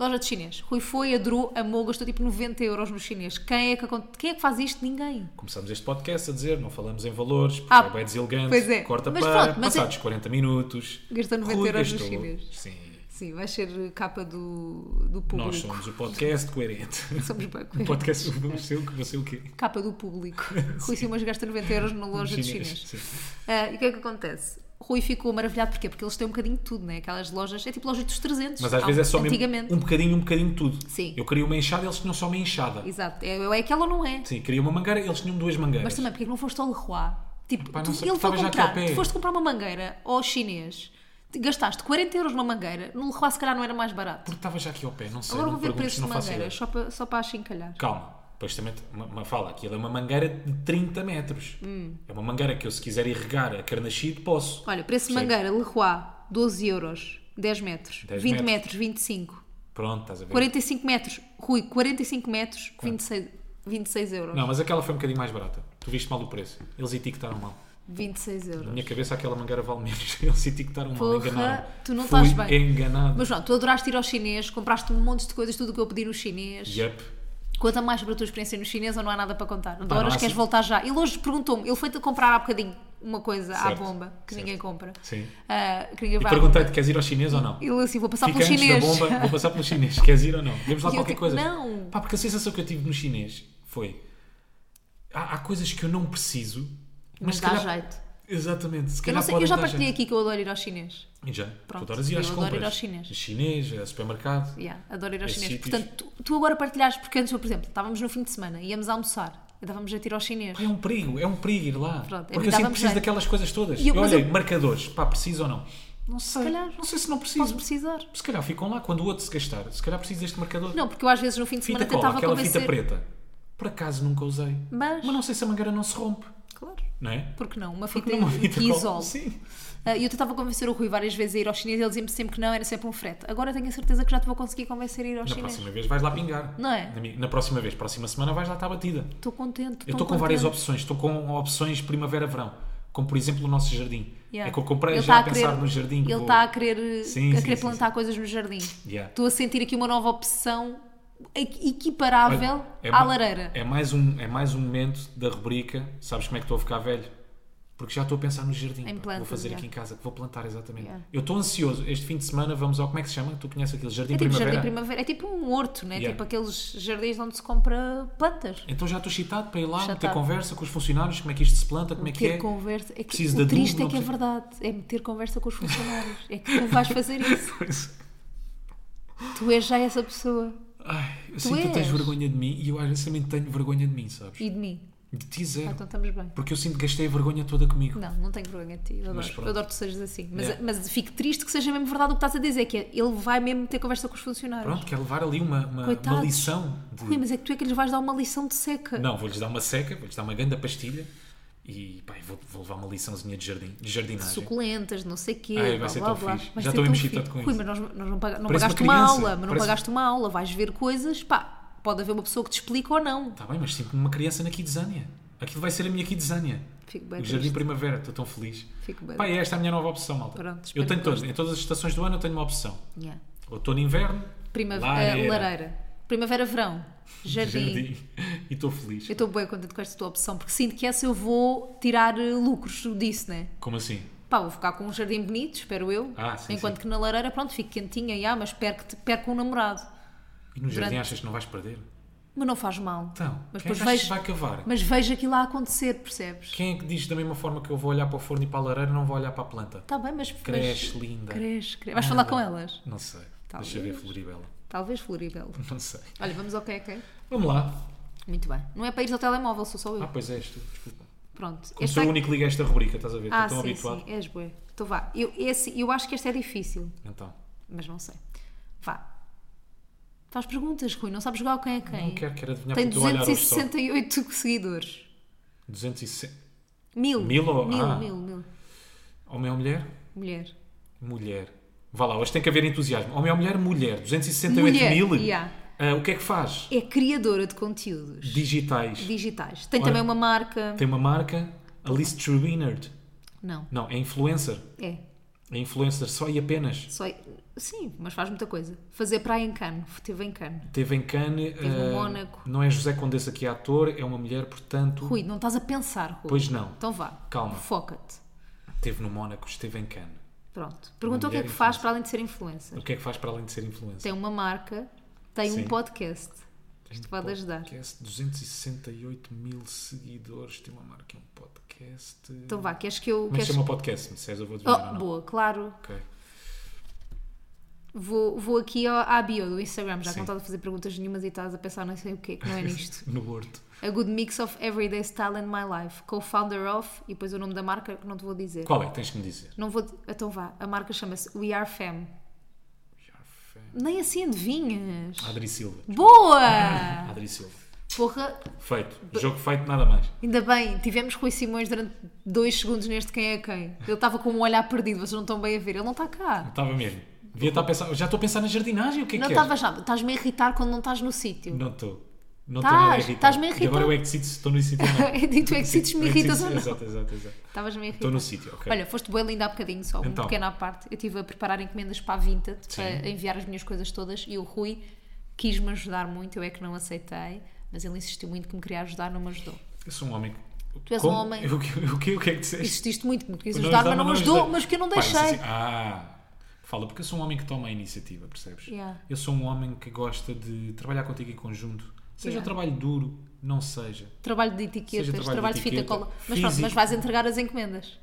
Speaker 2: Loja de chinês. Rui foi, adorou, amou, gastou tipo 90 euros no chinês. Quem é que, acon- quem é que faz isto? Ninguém.
Speaker 1: Começamos este podcast a dizer, não falamos em valores, porque
Speaker 2: Ah,
Speaker 1: é bem deselegante,
Speaker 2: pois é.
Speaker 1: corta
Speaker 2: Mas
Speaker 1: para,
Speaker 2: pronto, mas
Speaker 1: passados 40 minutos.
Speaker 2: Gastou 90
Speaker 1: Rui
Speaker 2: euros no
Speaker 1: gastou.
Speaker 2: chinês.
Speaker 1: Sim,
Speaker 2: Sim, vai ser capa do, do público.
Speaker 1: nós somos o podcast coerente.
Speaker 2: Somos bem
Speaker 1: O
Speaker 2: coerentes.
Speaker 1: Um podcast, o seu, o seu o quê?
Speaker 2: Capa do público. Rui Simões gasta 90 euros na loja de
Speaker 1: Chinês,
Speaker 2: chinês.
Speaker 1: sim.
Speaker 2: Ah, e o que é que acontece? Rui ficou maravilhado porquê? Porque eles têm um bocadinho de tudo, né? Aquelas lojas, é tipo loja dos 300.
Speaker 1: Mas às
Speaker 2: Ah,
Speaker 1: vezes é só
Speaker 2: Antigamente.
Speaker 1: mesmo um bocadinho, um bocadinho de tudo.
Speaker 2: Sim.
Speaker 1: Eu queria uma enxada, eles tinham só uma enxada.
Speaker 2: Exato, é, é aquela ou não é?
Speaker 1: Sim, queria uma mangueira, eles tinham duas mangueiras.
Speaker 2: Mas também, porque é que não foste ao Leroy? Tipo,
Speaker 1: Epá, não
Speaker 2: tu-
Speaker 1: sei,
Speaker 2: ele foi
Speaker 1: estava já aqui ao
Speaker 2: comprar,
Speaker 1: pé.
Speaker 2: tu foste comprar uma mangueira ao chinês, te- gastaste 40 euros numa mangueira, no Leroy se calhar não era mais barato.
Speaker 1: Porque estava já aqui ao pé, não sei,
Speaker 2: Agora
Speaker 1: não
Speaker 2: vou
Speaker 1: me
Speaker 2: ver
Speaker 1: perguntes,
Speaker 2: preços de
Speaker 1: não faço
Speaker 2: mangueiras,
Speaker 1: ideia.
Speaker 2: só para, só para achincalhar.
Speaker 1: Calma, depois também, te- uma, uma fala, aquilo é uma mangueira de 30 metros. É uma mangueira que eu, se quiser irrigar a carnachide, posso.
Speaker 2: Hum. Olha, preço de
Speaker 1: Percebe?
Speaker 2: mangueira, Leroy, 12 euros, 10 metros,
Speaker 1: 10
Speaker 2: 20
Speaker 1: metros.
Speaker 2: metros, 25,
Speaker 1: Pronto, estás a ver.
Speaker 2: 45 metros, Rui, 45 metros, 26, 26 euros.
Speaker 1: Não, mas aquela foi um bocadinho mais barata. Tu viste mal o preço. Eles etiquetaram mal.
Speaker 2: 26 euros.
Speaker 1: Na minha cabeça, aquela mangueira vale menos. Eles etiquetaram mal,
Speaker 2: Porra,
Speaker 1: enganaram.
Speaker 2: tu não
Speaker 1: Fui
Speaker 2: estás bem.
Speaker 1: enganado.
Speaker 2: Mas pronto, tu adoraste ir ao chinês, compraste um monte de coisas, tudo o que eu pedi no chinês.
Speaker 1: Yep.
Speaker 2: Conta mais sobre a tua experiência no chinês ou não há nada para contar?
Speaker 1: não há
Speaker 2: Adoras, queres
Speaker 1: assim-
Speaker 2: voltar já? Ele hoje perguntou-me, ele foi-te comprar há bocadinho uma coisa à
Speaker 1: Certo,
Speaker 2: bomba que
Speaker 1: certo.
Speaker 2: ninguém compra.
Speaker 1: Sim.
Speaker 2: Ah, que ninguém
Speaker 1: E
Speaker 2: vai à
Speaker 1: perguntei-te,
Speaker 2: bomba.
Speaker 1: queres ir ao chinês ou não?
Speaker 2: Ele assim, vou passar
Speaker 1: Fica
Speaker 2: pelo
Speaker 1: antes
Speaker 2: chinês.
Speaker 1: da bomba, vou passar pelo chinês. Queres ir ou não? Vemos lá
Speaker 2: E eu
Speaker 1: qualquer
Speaker 2: tipo,
Speaker 1: coisa.
Speaker 2: não.
Speaker 1: Pá, porque a sensação que eu tive no chinês foi... Há, há coisas que eu não preciso, mas
Speaker 2: Mas
Speaker 1: se
Speaker 2: dá
Speaker 1: calhar...
Speaker 2: jeito.
Speaker 1: Exatamente, se
Speaker 2: Eu, não
Speaker 1: calhar
Speaker 2: sei, eu
Speaker 1: podem
Speaker 2: já
Speaker 1: dar
Speaker 2: partilhei
Speaker 1: jeito.
Speaker 2: aqui que eu adoro ir ao chinês.
Speaker 1: E Já, tu
Speaker 2: Pronto,
Speaker 1: adoras ir às
Speaker 2: eu adoro
Speaker 1: compras.
Speaker 2: ir ao chinês.
Speaker 1: A chinês, a supermercado.
Speaker 2: Yeah, adoro ir ao
Speaker 1: Esses
Speaker 2: chinês.
Speaker 1: sítios.
Speaker 2: Portanto, tu, tu agora partilhares, porque antes, eu, por exemplo, estávamos no fim de semana, íamos almoçar, e dávamos a tirar ao chinês.
Speaker 1: Pá, é um perigo, é um perigo ir lá.
Speaker 2: Pronto, eu
Speaker 1: Porque eu
Speaker 2: dava-me
Speaker 1: sempre preciso
Speaker 2: jeito.
Speaker 1: daquelas coisas todas.
Speaker 2: E eu-
Speaker 1: Eu,
Speaker 2: mas
Speaker 1: olhei,
Speaker 2: eu-
Speaker 1: marcadores, pá, preciso ou não? Não sei.
Speaker 2: calhar.
Speaker 1: não sei se não
Speaker 2: Posso
Speaker 1: preciso.
Speaker 2: precisar.
Speaker 1: Se calhar ficam lá quando o outro se gastar. Se calhar preciso deste marcador.
Speaker 2: Não, porque eu às vezes no fim de semana
Speaker 1: fita cola,
Speaker 2: tentava
Speaker 1: aquela
Speaker 2: convencer.
Speaker 1: fita preta. Por acaso nunca usei.
Speaker 2: Mas-
Speaker 1: não sei se a mangueira não se rompe,
Speaker 2: Claro.
Speaker 1: não é?
Speaker 2: Porque não? Uma fita,
Speaker 1: Porque numa fita
Speaker 2: que
Speaker 1: cola-
Speaker 2: isole.
Speaker 1: Sim.
Speaker 2: Ah, E eu tentava convencer o Rui várias vezes a ir ao chinês e ele dizia-me sempre que não, era sempre um frete. Agora tenho a certeza que já te vou conseguir convencer a ir ao
Speaker 1: Na
Speaker 2: chinês.
Speaker 1: próxima vez vais lá pingar.
Speaker 2: Não é?
Speaker 1: Na mi- Na próxima vez, próxima semana vais lá estar batida.
Speaker 2: Estou contente.
Speaker 1: Eu estou com várias opções. Estou com opções primavera-verão. Como, por exemplo, o nosso jardim. É que eu comprei já a pensar no jardim. que
Speaker 2: tá Ele
Speaker 1: vou-
Speaker 2: está a querer,
Speaker 1: Sim,
Speaker 2: a
Speaker 1: sim,
Speaker 2: querer
Speaker 1: sim,
Speaker 2: plantar coisas no jardim. Estou
Speaker 1: Yeah.
Speaker 2: a sentir aqui uma nova opção equ- equiparável
Speaker 1: Olha, é
Speaker 2: à
Speaker 1: ma-
Speaker 2: lareira.
Speaker 1: É mais, um, é mais um momento da rubrica. Sabes como é que estou a ficar velho? Porque já estou a pensar no jardim.
Speaker 2: Em
Speaker 1: pá,
Speaker 2: plantas,
Speaker 1: vou fazer
Speaker 2: já.
Speaker 1: aqui em casa, que vou plantar exatamente.
Speaker 2: Yeah.
Speaker 1: Eu estou ansioso. Este fim de semana vamos ao. Como é que se chama? Tu conheces aquele jardim
Speaker 2: É tipo
Speaker 1: primavera?
Speaker 2: jardim primavera, é tipo um horto, né?
Speaker 1: Yeah.
Speaker 2: Tipo aqueles jardins onde se compra plantas.
Speaker 1: Então já estou excitado para ir lá,
Speaker 2: Já
Speaker 1: meter
Speaker 2: tá.
Speaker 1: conversa com os funcionários, como é que isto se planta, como é que
Speaker 2: Ter
Speaker 1: é.
Speaker 2: conversa. É que
Speaker 1: Preciso de
Speaker 2: o
Speaker 1: adubo,
Speaker 2: triste é
Speaker 1: não
Speaker 2: que é
Speaker 1: preciso-
Speaker 2: verdade. É meter conversa com os funcionários. é que tu vais fazer isso. Tu és já essa pessoa.
Speaker 1: Ai, eu sei que tu tens
Speaker 2: és.
Speaker 1: vergonha de mim e eu às vezes também tenho vergonha de mim, sabes?
Speaker 2: E de mim.
Speaker 1: De ti
Speaker 2: Ah,
Speaker 1: zero.
Speaker 2: então estamos bem.
Speaker 1: Porque eu sinto que gastei a vergonha toda comigo.
Speaker 2: Não, não tenho vergonha de ti. Eu
Speaker 1: Mas
Speaker 2: adoro,
Speaker 1: pronto.
Speaker 2: eu adoro que tu sejas assim. Mas,
Speaker 1: Yeah.
Speaker 2: mas fico triste que seja mesmo verdade o que estás a dizer, que é, ele vai mesmo ter conversa com os funcionários.
Speaker 1: Pronto, quero levar ali uma, uma,
Speaker 2: Coitados.
Speaker 1: uma lição de.
Speaker 2: Rui, mas é que tu é que lhes vais dar uma lição de seca.
Speaker 1: Não, vou-lhes dar uma seca, vou-lhes dar uma grande pastilha e pá, vou, vou levar uma liçãozinha de jardim, de jardinagem.
Speaker 2: Suculentas, não sei o quê,
Speaker 1: Ai, Ah, é, vai
Speaker 2: blá,
Speaker 1: ser
Speaker 2: blá,
Speaker 1: tão
Speaker 2: blá.
Speaker 1: fixe.
Speaker 2: Vai
Speaker 1: Já
Speaker 2: ser
Speaker 1: estou
Speaker 2: tão
Speaker 1: mesmo excitado
Speaker 2: fixe.
Speaker 1: com
Speaker 2: Rui,
Speaker 1: isso.
Speaker 2: mas nós, nós não, paga-
Speaker 1: Parece
Speaker 2: não
Speaker 1: uma
Speaker 2: pagaste uma,
Speaker 1: criança.
Speaker 2: aula, mas não
Speaker 1: Parece-
Speaker 2: pagaste uma aula, vais ver coisas, pá, pode haver uma pessoa que te explica ou não.
Speaker 1: Tá Está bem, mas sinto-me uma criança na Kidzania. Aquilo vai ser a minha Kidzania.
Speaker 2: Fico bem
Speaker 1: O Jardim
Speaker 2: triste.
Speaker 1: Primavera, estou tão feliz.
Speaker 2: Fico bem
Speaker 1: Pá, e esta é a minha nova opção, malta.
Speaker 2: Pronto, espero
Speaker 1: eu tenho
Speaker 2: que
Speaker 1: todas, em todas as estações do ano eu tenho uma opção.
Speaker 2: Yeah.
Speaker 1: Outono, inverno,
Speaker 2: Primavera, É,
Speaker 1: Lareira.
Speaker 2: lareira. Primavera, verão, jardim.
Speaker 1: jardim. E estou feliz.
Speaker 2: Eu estou bem contente com esta tua opção, porque sinto que essa eu vou tirar eh, lucros disso, né?
Speaker 1: Como assim?
Speaker 2: Pá, vou ficar com um jardim bonito, espero eu.
Speaker 1: Ah, sim,
Speaker 2: Enquanto
Speaker 1: sim.
Speaker 2: que na lareira, pronto, fico quentinha, já, mas perco, perco um namorado.
Speaker 1: E no jardim
Speaker 2: Durante-
Speaker 1: achas que não vais perder?
Speaker 2: Mas não faz mal.
Speaker 1: Então,
Speaker 2: mas
Speaker 1: quem é
Speaker 2: depois
Speaker 1: que achas que
Speaker 2: vejo,
Speaker 1: vai cavar?
Speaker 2: mas vejo aquilo a acontecer, percebes?
Speaker 1: Quem é que diz da mesma forma que eu vou olhar para o forno e para a lareira, não vou olhar para a planta?
Speaker 2: Está Tá bem, mas.
Speaker 1: Cresce,
Speaker 2: mas...
Speaker 1: linda.
Speaker 2: Cresce, cresce. Vais falar
Speaker 1: Anda.
Speaker 2: com elas? Tá
Speaker 1: Não sei.
Speaker 2: Talvez.
Speaker 1: Deixa ver Floribela.
Speaker 2: Talvez Floribelo.
Speaker 1: Não sei.
Speaker 2: Olha, vamos ao que é que é.
Speaker 1: Vamos lá.
Speaker 2: Muito bem. Não é para ir ao telemóvel, sou só eu.
Speaker 1: Ah, pois é, isto. Desculpa.
Speaker 2: Pronto.
Speaker 1: Como
Speaker 2: Este
Speaker 1: sou o
Speaker 2: vai-
Speaker 1: único que liga a esta rubrica, estás a ver?
Speaker 2: Ah,
Speaker 1: Estou tão
Speaker 2: sim,
Speaker 1: habituado.
Speaker 2: sim, és boa. Então vá. Eu, esse, eu acho que este é difícil,
Speaker 1: Então,
Speaker 2: mas não sei. Vá. Faz perguntas, Rui. Não sabes jogar o quem é quem.
Speaker 1: não quero, quero adivinhar
Speaker 2: Tem
Speaker 1: porque estou a olhar hoje só.
Speaker 2: 268 seguidores.
Speaker 1: 260.
Speaker 2: Mil.
Speaker 1: Mil ou-
Speaker 2: mil,
Speaker 1: ah.
Speaker 2: mil, mil.
Speaker 1: Homem ou mulher?
Speaker 2: Mulher.
Speaker 1: Mulher. Vá lá, hoje tem que haver entusiasmo. Homem ou mulher? Mulher. 268
Speaker 2: Mulher,
Speaker 1: mil?
Speaker 2: yeah.
Speaker 1: Ah, o que é que faz?
Speaker 2: É criadora de conteúdos
Speaker 1: Digitais.
Speaker 2: digitais. Tem
Speaker 1: Olha.
Speaker 2: também uma marca.
Speaker 1: Tem uma marca? Alice Trubinard.
Speaker 2: Não.
Speaker 1: Não, é influencer.
Speaker 2: É.
Speaker 1: É influencer só e apenas.
Speaker 2: Só... é- Sim, mas faz muita coisa. Fazer praia em Cano. Teve em Cano.
Speaker 1: Teve em Cannes.
Speaker 2: em
Speaker 1: ah,
Speaker 2: Mónaco.
Speaker 1: Não é José Condessa que é ator, é uma mulher, portanto.
Speaker 2: Rui, não estás a pensar, Rui.
Speaker 1: Pois não.
Speaker 2: Então vá.
Speaker 1: Calma.
Speaker 2: Foca-te.
Speaker 1: Esteve no Mónaco, esteve em Cannes.
Speaker 2: Pronto. Perguntou o que é
Speaker 1: mulher
Speaker 2: que faz
Speaker 1: influencer.
Speaker 2: para além de ser influencer.
Speaker 1: O que é que faz para além de ser influencer?
Speaker 2: tem uma marca, tem
Speaker 1: Sim. um
Speaker 2: um podcast. Isto pode ajudar.
Speaker 1: Podcast, 268 mil seguidores, tem uma marca, é um podcast.
Speaker 2: Então vá, queres que
Speaker 1: Como
Speaker 2: eu.
Speaker 1: é que
Speaker 2: Queres...
Speaker 1: chama o podcast? Me disseres, eu vou adivinhar. ou
Speaker 2: Oh,
Speaker 1: não? é?
Speaker 2: boa, claro.
Speaker 1: Ok.
Speaker 2: Vou, vou aqui ao, à bio do Instagram, já que
Speaker 1: Sim.
Speaker 2: não estás a fazer perguntas nenhumas e estás a pensar não sei o quê, que não é nisto.
Speaker 1: No Horto.
Speaker 2: a Good Mix of Everyday Style and My Life, co-founder of, e depois o nome da marca que não te vou dizer.
Speaker 1: Qual é? Tens que me dizer.
Speaker 2: Não vou. di- Então vá, a marca chama-se We Are Fam.
Speaker 1: Jarfem.
Speaker 2: Nem assim adivinhas.
Speaker 1: Adri Silva.
Speaker 2: Boa!
Speaker 1: Adri Silva.
Speaker 2: Porra,
Speaker 1: Feito. Jogo feito, nada mais.
Speaker 2: Ainda bem, tivemos Rui Simões durante dois segundos neste quem é quem. Ele estava com um olhar perdido, vocês não estão bem a ver. Ele não está cá.
Speaker 1: Estava mesmo. Devia estar a pensar. Já estou a pensar na jardinagem, o que é
Speaker 2: Não
Speaker 1: que é?
Speaker 2: estavas já. Estás-me a irritar quando não estás no sítio.
Speaker 1: Não estou. Não estou
Speaker 2: Estás,
Speaker 1: nada irritado.
Speaker 2: estás-me a
Speaker 1: E
Speaker 2: irritar.
Speaker 1: agora eu é que decido se estou no sítio ou não.
Speaker 2: É dito é que sítios me
Speaker 1: Eu é que
Speaker 2: irritas
Speaker 1: decido
Speaker 2: ou
Speaker 1: se-
Speaker 2: não.
Speaker 1: Exato, exato, exato.
Speaker 2: Estavas-me a irritar.
Speaker 1: Estou no sítio, ok.
Speaker 2: Olha, foste bem linda há bocadinho só, uma
Speaker 1: Então.
Speaker 2: pequena à parte. Eu estive a preparar encomendas para a Vinted,
Speaker 1: Sim.
Speaker 2: para enviar as minhas coisas todas e o Rui quis-me ajudar muito, eu é que não aceitei, mas ele insistiu muito que me queria ajudar, não me ajudou.
Speaker 1: Eu sou um homem.
Speaker 2: Tu és um homem.
Speaker 1: O que, o que, o que é que disseste?
Speaker 2: Insististe muito que me querias ajudar, mas não me ajudou, mas porque eu não
Speaker 1: Pá, isso
Speaker 2: deixei.
Speaker 1: assim, ah, fala, porque eu sou um homem que toma a iniciativa, percebes?
Speaker 2: Yeah.
Speaker 1: Eu sou um homem que gosta de trabalhar contigo em conjunto. Seja
Speaker 2: Yeah.
Speaker 1: um trabalho duro, não seja.
Speaker 2: Trabalho de etiquetas,
Speaker 1: Seja
Speaker 2: trabalho,
Speaker 1: trabalho de
Speaker 2: de, fita
Speaker 1: etiqueta,
Speaker 2: cola. Mas pronto, mas
Speaker 1: físico.
Speaker 2: vais entregar as encomendas.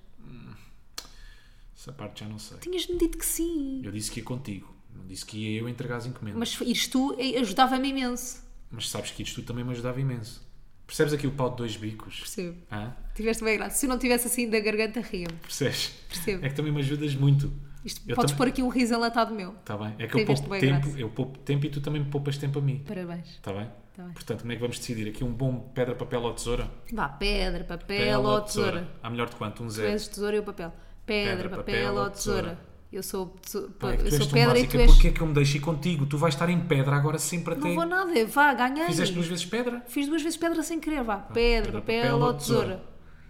Speaker 1: Essa parte já não sei.
Speaker 2: Tinhas-me dito que sim.
Speaker 1: Eu disse que ia contigo. Não disse que ia eu entregar as encomendas.
Speaker 2: Mas ires tu eh, ajudava-me imenso.
Speaker 1: Mas sabes que isto tudo também me ajudava imenso. Percebes aqui o pau de dois bicos?
Speaker 2: Percebo.
Speaker 1: Hã?
Speaker 2: Tiveste bem graça. Se eu não tivesse assim da garganta, ria-me.
Speaker 1: Percebes?
Speaker 2: Percebo.
Speaker 1: É que também me ajudas muito.
Speaker 2: Isto
Speaker 1: Eu
Speaker 2: podes
Speaker 1: também-
Speaker 2: pôr aqui um riso enlatado meu.
Speaker 1: Tá bem? É que eu
Speaker 2: Tiveste
Speaker 1: poupo,
Speaker 2: bem
Speaker 1: tempo,
Speaker 2: graça.
Speaker 1: eu poupo tempo e tu também me poupas tempo a mim.
Speaker 2: Parabéns.
Speaker 1: Tá bem?
Speaker 2: Tá bem.
Speaker 1: Portanto, como é que vamos decidir? Aqui um bom pedra, papel ou tesoura?
Speaker 2: Vá, pedra, papel ou É tesoura.
Speaker 1: Há melhor de quanto? Um
Speaker 2: Tu
Speaker 1: zero.
Speaker 2: és tesoura e eu papel. Pedra, papel ou tesoura. Eu sou, teso-
Speaker 1: Pá, é que
Speaker 2: eu
Speaker 1: tu
Speaker 2: sou
Speaker 1: és tão
Speaker 2: pedra e
Speaker 1: básica.
Speaker 2: tu és.
Speaker 1: Porquê é que eu me deixei contigo? Tu vais estar em pedra agora sempre até...
Speaker 2: Não vou nada, eu- vá, ganhei.
Speaker 1: Fizeste duas vezes Ah, pedra?
Speaker 2: Fiz duas vezes pedra sem querer, vá. Pedra, papel ou tesoura.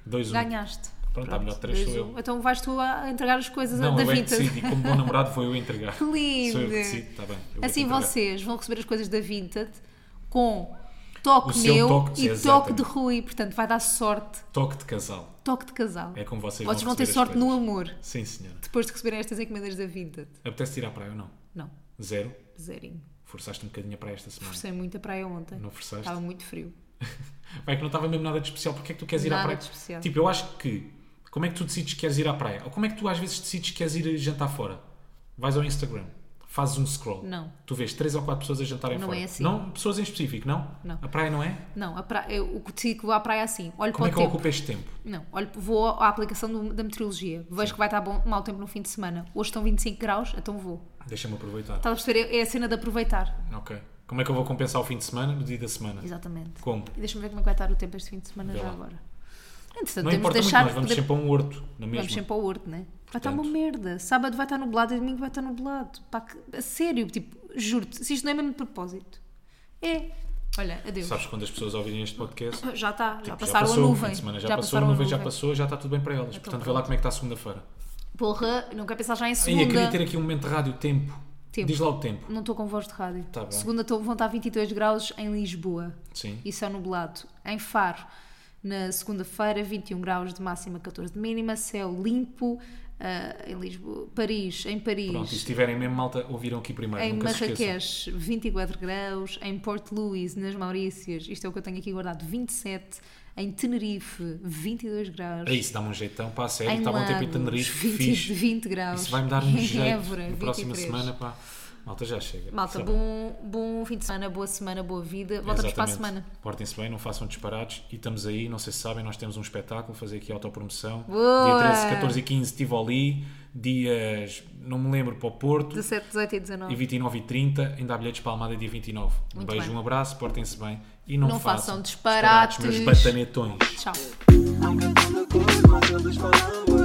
Speaker 1: Dois, um.
Speaker 2: Ganhaste.
Speaker 1: Pronto, há melhor três,
Speaker 2: dois,
Speaker 1: sou
Speaker 2: um.
Speaker 1: eu.
Speaker 2: Então vais tu a entregar as coisas
Speaker 1: Não,
Speaker 2: da
Speaker 1: eu é que
Speaker 2: Vinted.
Speaker 1: decidi. Como bom namorado vou eu entregar.
Speaker 2: Que lindo.
Speaker 1: Sou eu que decido, tá bem. eu vou-te
Speaker 2: Assim
Speaker 1: entregar.
Speaker 2: vocês vão receber as coisas da Vinted com toque
Speaker 1: O seu
Speaker 2: meu
Speaker 1: toque,
Speaker 2: e
Speaker 1: exatamente.
Speaker 2: toque de Rui. Portanto, vai dar sorte.
Speaker 1: Toque de casal.
Speaker 2: Toque de casal.
Speaker 1: É como vocês,
Speaker 2: Vocês vão ter
Speaker 1: receber as
Speaker 2: sorte no
Speaker 1: coisas.
Speaker 2: amor
Speaker 1: Sim, senhora.
Speaker 2: depois de receberem estas encomendas da Vinted.
Speaker 1: Apetece tirar praia ou não?
Speaker 2: Não,
Speaker 1: Zero.
Speaker 2: zerinho.
Speaker 1: Forçaste um bocadinho a praia esta semana.
Speaker 2: Forcei muito a praia ontem.
Speaker 1: Não forçaste?
Speaker 2: Estava muito frio.
Speaker 1: Vai que não estava mesmo nada de especial. Porquê é que tu queres ir à
Speaker 2: Nada
Speaker 1: praia?
Speaker 2: de especial.
Speaker 1: Tipo, eu acho que. Como é que tu decides que queres ir à praia? Ou como é que tu às vezes decides que queres ir jantar fora? Vais ao Instagram, fazes um scroll.
Speaker 2: Não.
Speaker 1: Tu vês três ou quatro pessoas a jantarem
Speaker 2: Não
Speaker 1: fora.
Speaker 2: é assim.
Speaker 1: Não, pessoas em específico, não?
Speaker 2: Não.
Speaker 1: A praia não é?
Speaker 2: Não, a praia, eu, o que vou à praia é assim. Olho
Speaker 1: Como é que
Speaker 2: para o
Speaker 1: eu
Speaker 2: tempo.
Speaker 1: ocupo este tempo?
Speaker 2: Não, olho, vou à aplicação do- da meteorologia. Vejo que vai estar bom, mau tempo no fim de semana. Hoje estão 25 graus, então vou.
Speaker 1: Deixa-me aproveitar.
Speaker 2: Estás a perceber? É é a cena de aproveitar.
Speaker 1: Ok. Como é que eu vou compensar o fim de semana no dia da semana?
Speaker 2: Exatamente.
Speaker 1: Como?
Speaker 2: E deixa-me ver como é que vai estar o tempo este fim de semana
Speaker 1: Vê
Speaker 2: já
Speaker 1: lá.
Speaker 2: agora. Entretanto,
Speaker 1: Não
Speaker 2: podemos
Speaker 1: importa
Speaker 2: deixar.
Speaker 1: muito, nós vamos
Speaker 2: podemos-
Speaker 1: sempre a um horto, na mesma.
Speaker 2: vamos sempre ao Horto, né? Vai estar uma
Speaker 1: Portanto.
Speaker 2: merda. Sábado vai estar nublado e domingo vai estar nublado. Pá, que- a sério, tipo, juro-te, se isto não é mesmo de propósito. É. Olha, adeus.
Speaker 1: Sabes quando as pessoas ouvirem este podcast?
Speaker 2: Já está, já
Speaker 1: tipo,
Speaker 2: passaram
Speaker 1: passou,
Speaker 2: a
Speaker 1: o fim
Speaker 2: nuvem.
Speaker 1: de semana já, passou, a nuvem já passou, já está tudo bem para elas. Portanto, vê lá
Speaker 2: Então pronto.
Speaker 1: como é que está a segunda-feira.
Speaker 2: Porra, não quero pensar já em
Speaker 1: Aí, eu
Speaker 2: segunda.
Speaker 1: queria ter aqui um momento de rádio, tempo.
Speaker 2: Tempo. Hum.
Speaker 1: Diz lá o tempo.
Speaker 2: Não estou com voz de rádio.
Speaker 1: Tá bom.
Speaker 2: Segunda tô- vão estar 22 graus em Lisboa.
Speaker 1: Sim.
Speaker 2: Isso é nublado. Em Faro, na segunda-feira, 21 graus de máxima, 14 de mínima. Céu limpo. ah, em Lisboa. Paris, em Paris.
Speaker 1: Pronto, e se tiverem mesmo malta, ouviram aqui primeiro.
Speaker 2: Em
Speaker 1: Nunca se esqueçam.
Speaker 2: Marrakech, 24 graus. Em Port Louis, nas Maurícias, isto é o que eu tenho aqui guardado, 27. Em Tenerife, 22 graus.
Speaker 1: É isso, dá-me um jeitão para a série.
Speaker 2: Em
Speaker 1: Estava um tempo em
Speaker 2: Lagos,
Speaker 1: Tenerife,
Speaker 2: 20,
Speaker 1: fixe.
Speaker 2: 20 graus.
Speaker 1: Isso vai-me dar um
Speaker 2: Em
Speaker 1: jeito.
Speaker 2: Évora,
Speaker 1: Na próxima
Speaker 2: 23.
Speaker 1: semana, pá. Malta, já chega.
Speaker 2: Malta,
Speaker 1: Sabe?
Speaker 2: bom, bom fim de semana, boa semana, boa vida. Voltamos para a
Speaker 1: Exatamente.
Speaker 2: semana.
Speaker 1: Portem-se bem, não façam disparados e estamos aí, não sei se sabem, nós temos um espetáculo, fazer aqui a autopromoção.
Speaker 2: Boa!
Speaker 1: Dia 13, 14 e 15 Tivoli, dias, não me lembro, para o Porto
Speaker 2: 17, 18 e
Speaker 1: e
Speaker 2: 19.
Speaker 1: 29 e 30, ainda há bilhetes para a Almada dia 29. um
Speaker 2: Muito
Speaker 1: beijo,
Speaker 2: bem.
Speaker 1: um abraço, portem-se bem e não,
Speaker 2: Não façam disparates.
Speaker 1: meus batanetões.
Speaker 2: Tchau.
Speaker 5: I'm cantando cores, mas eles falam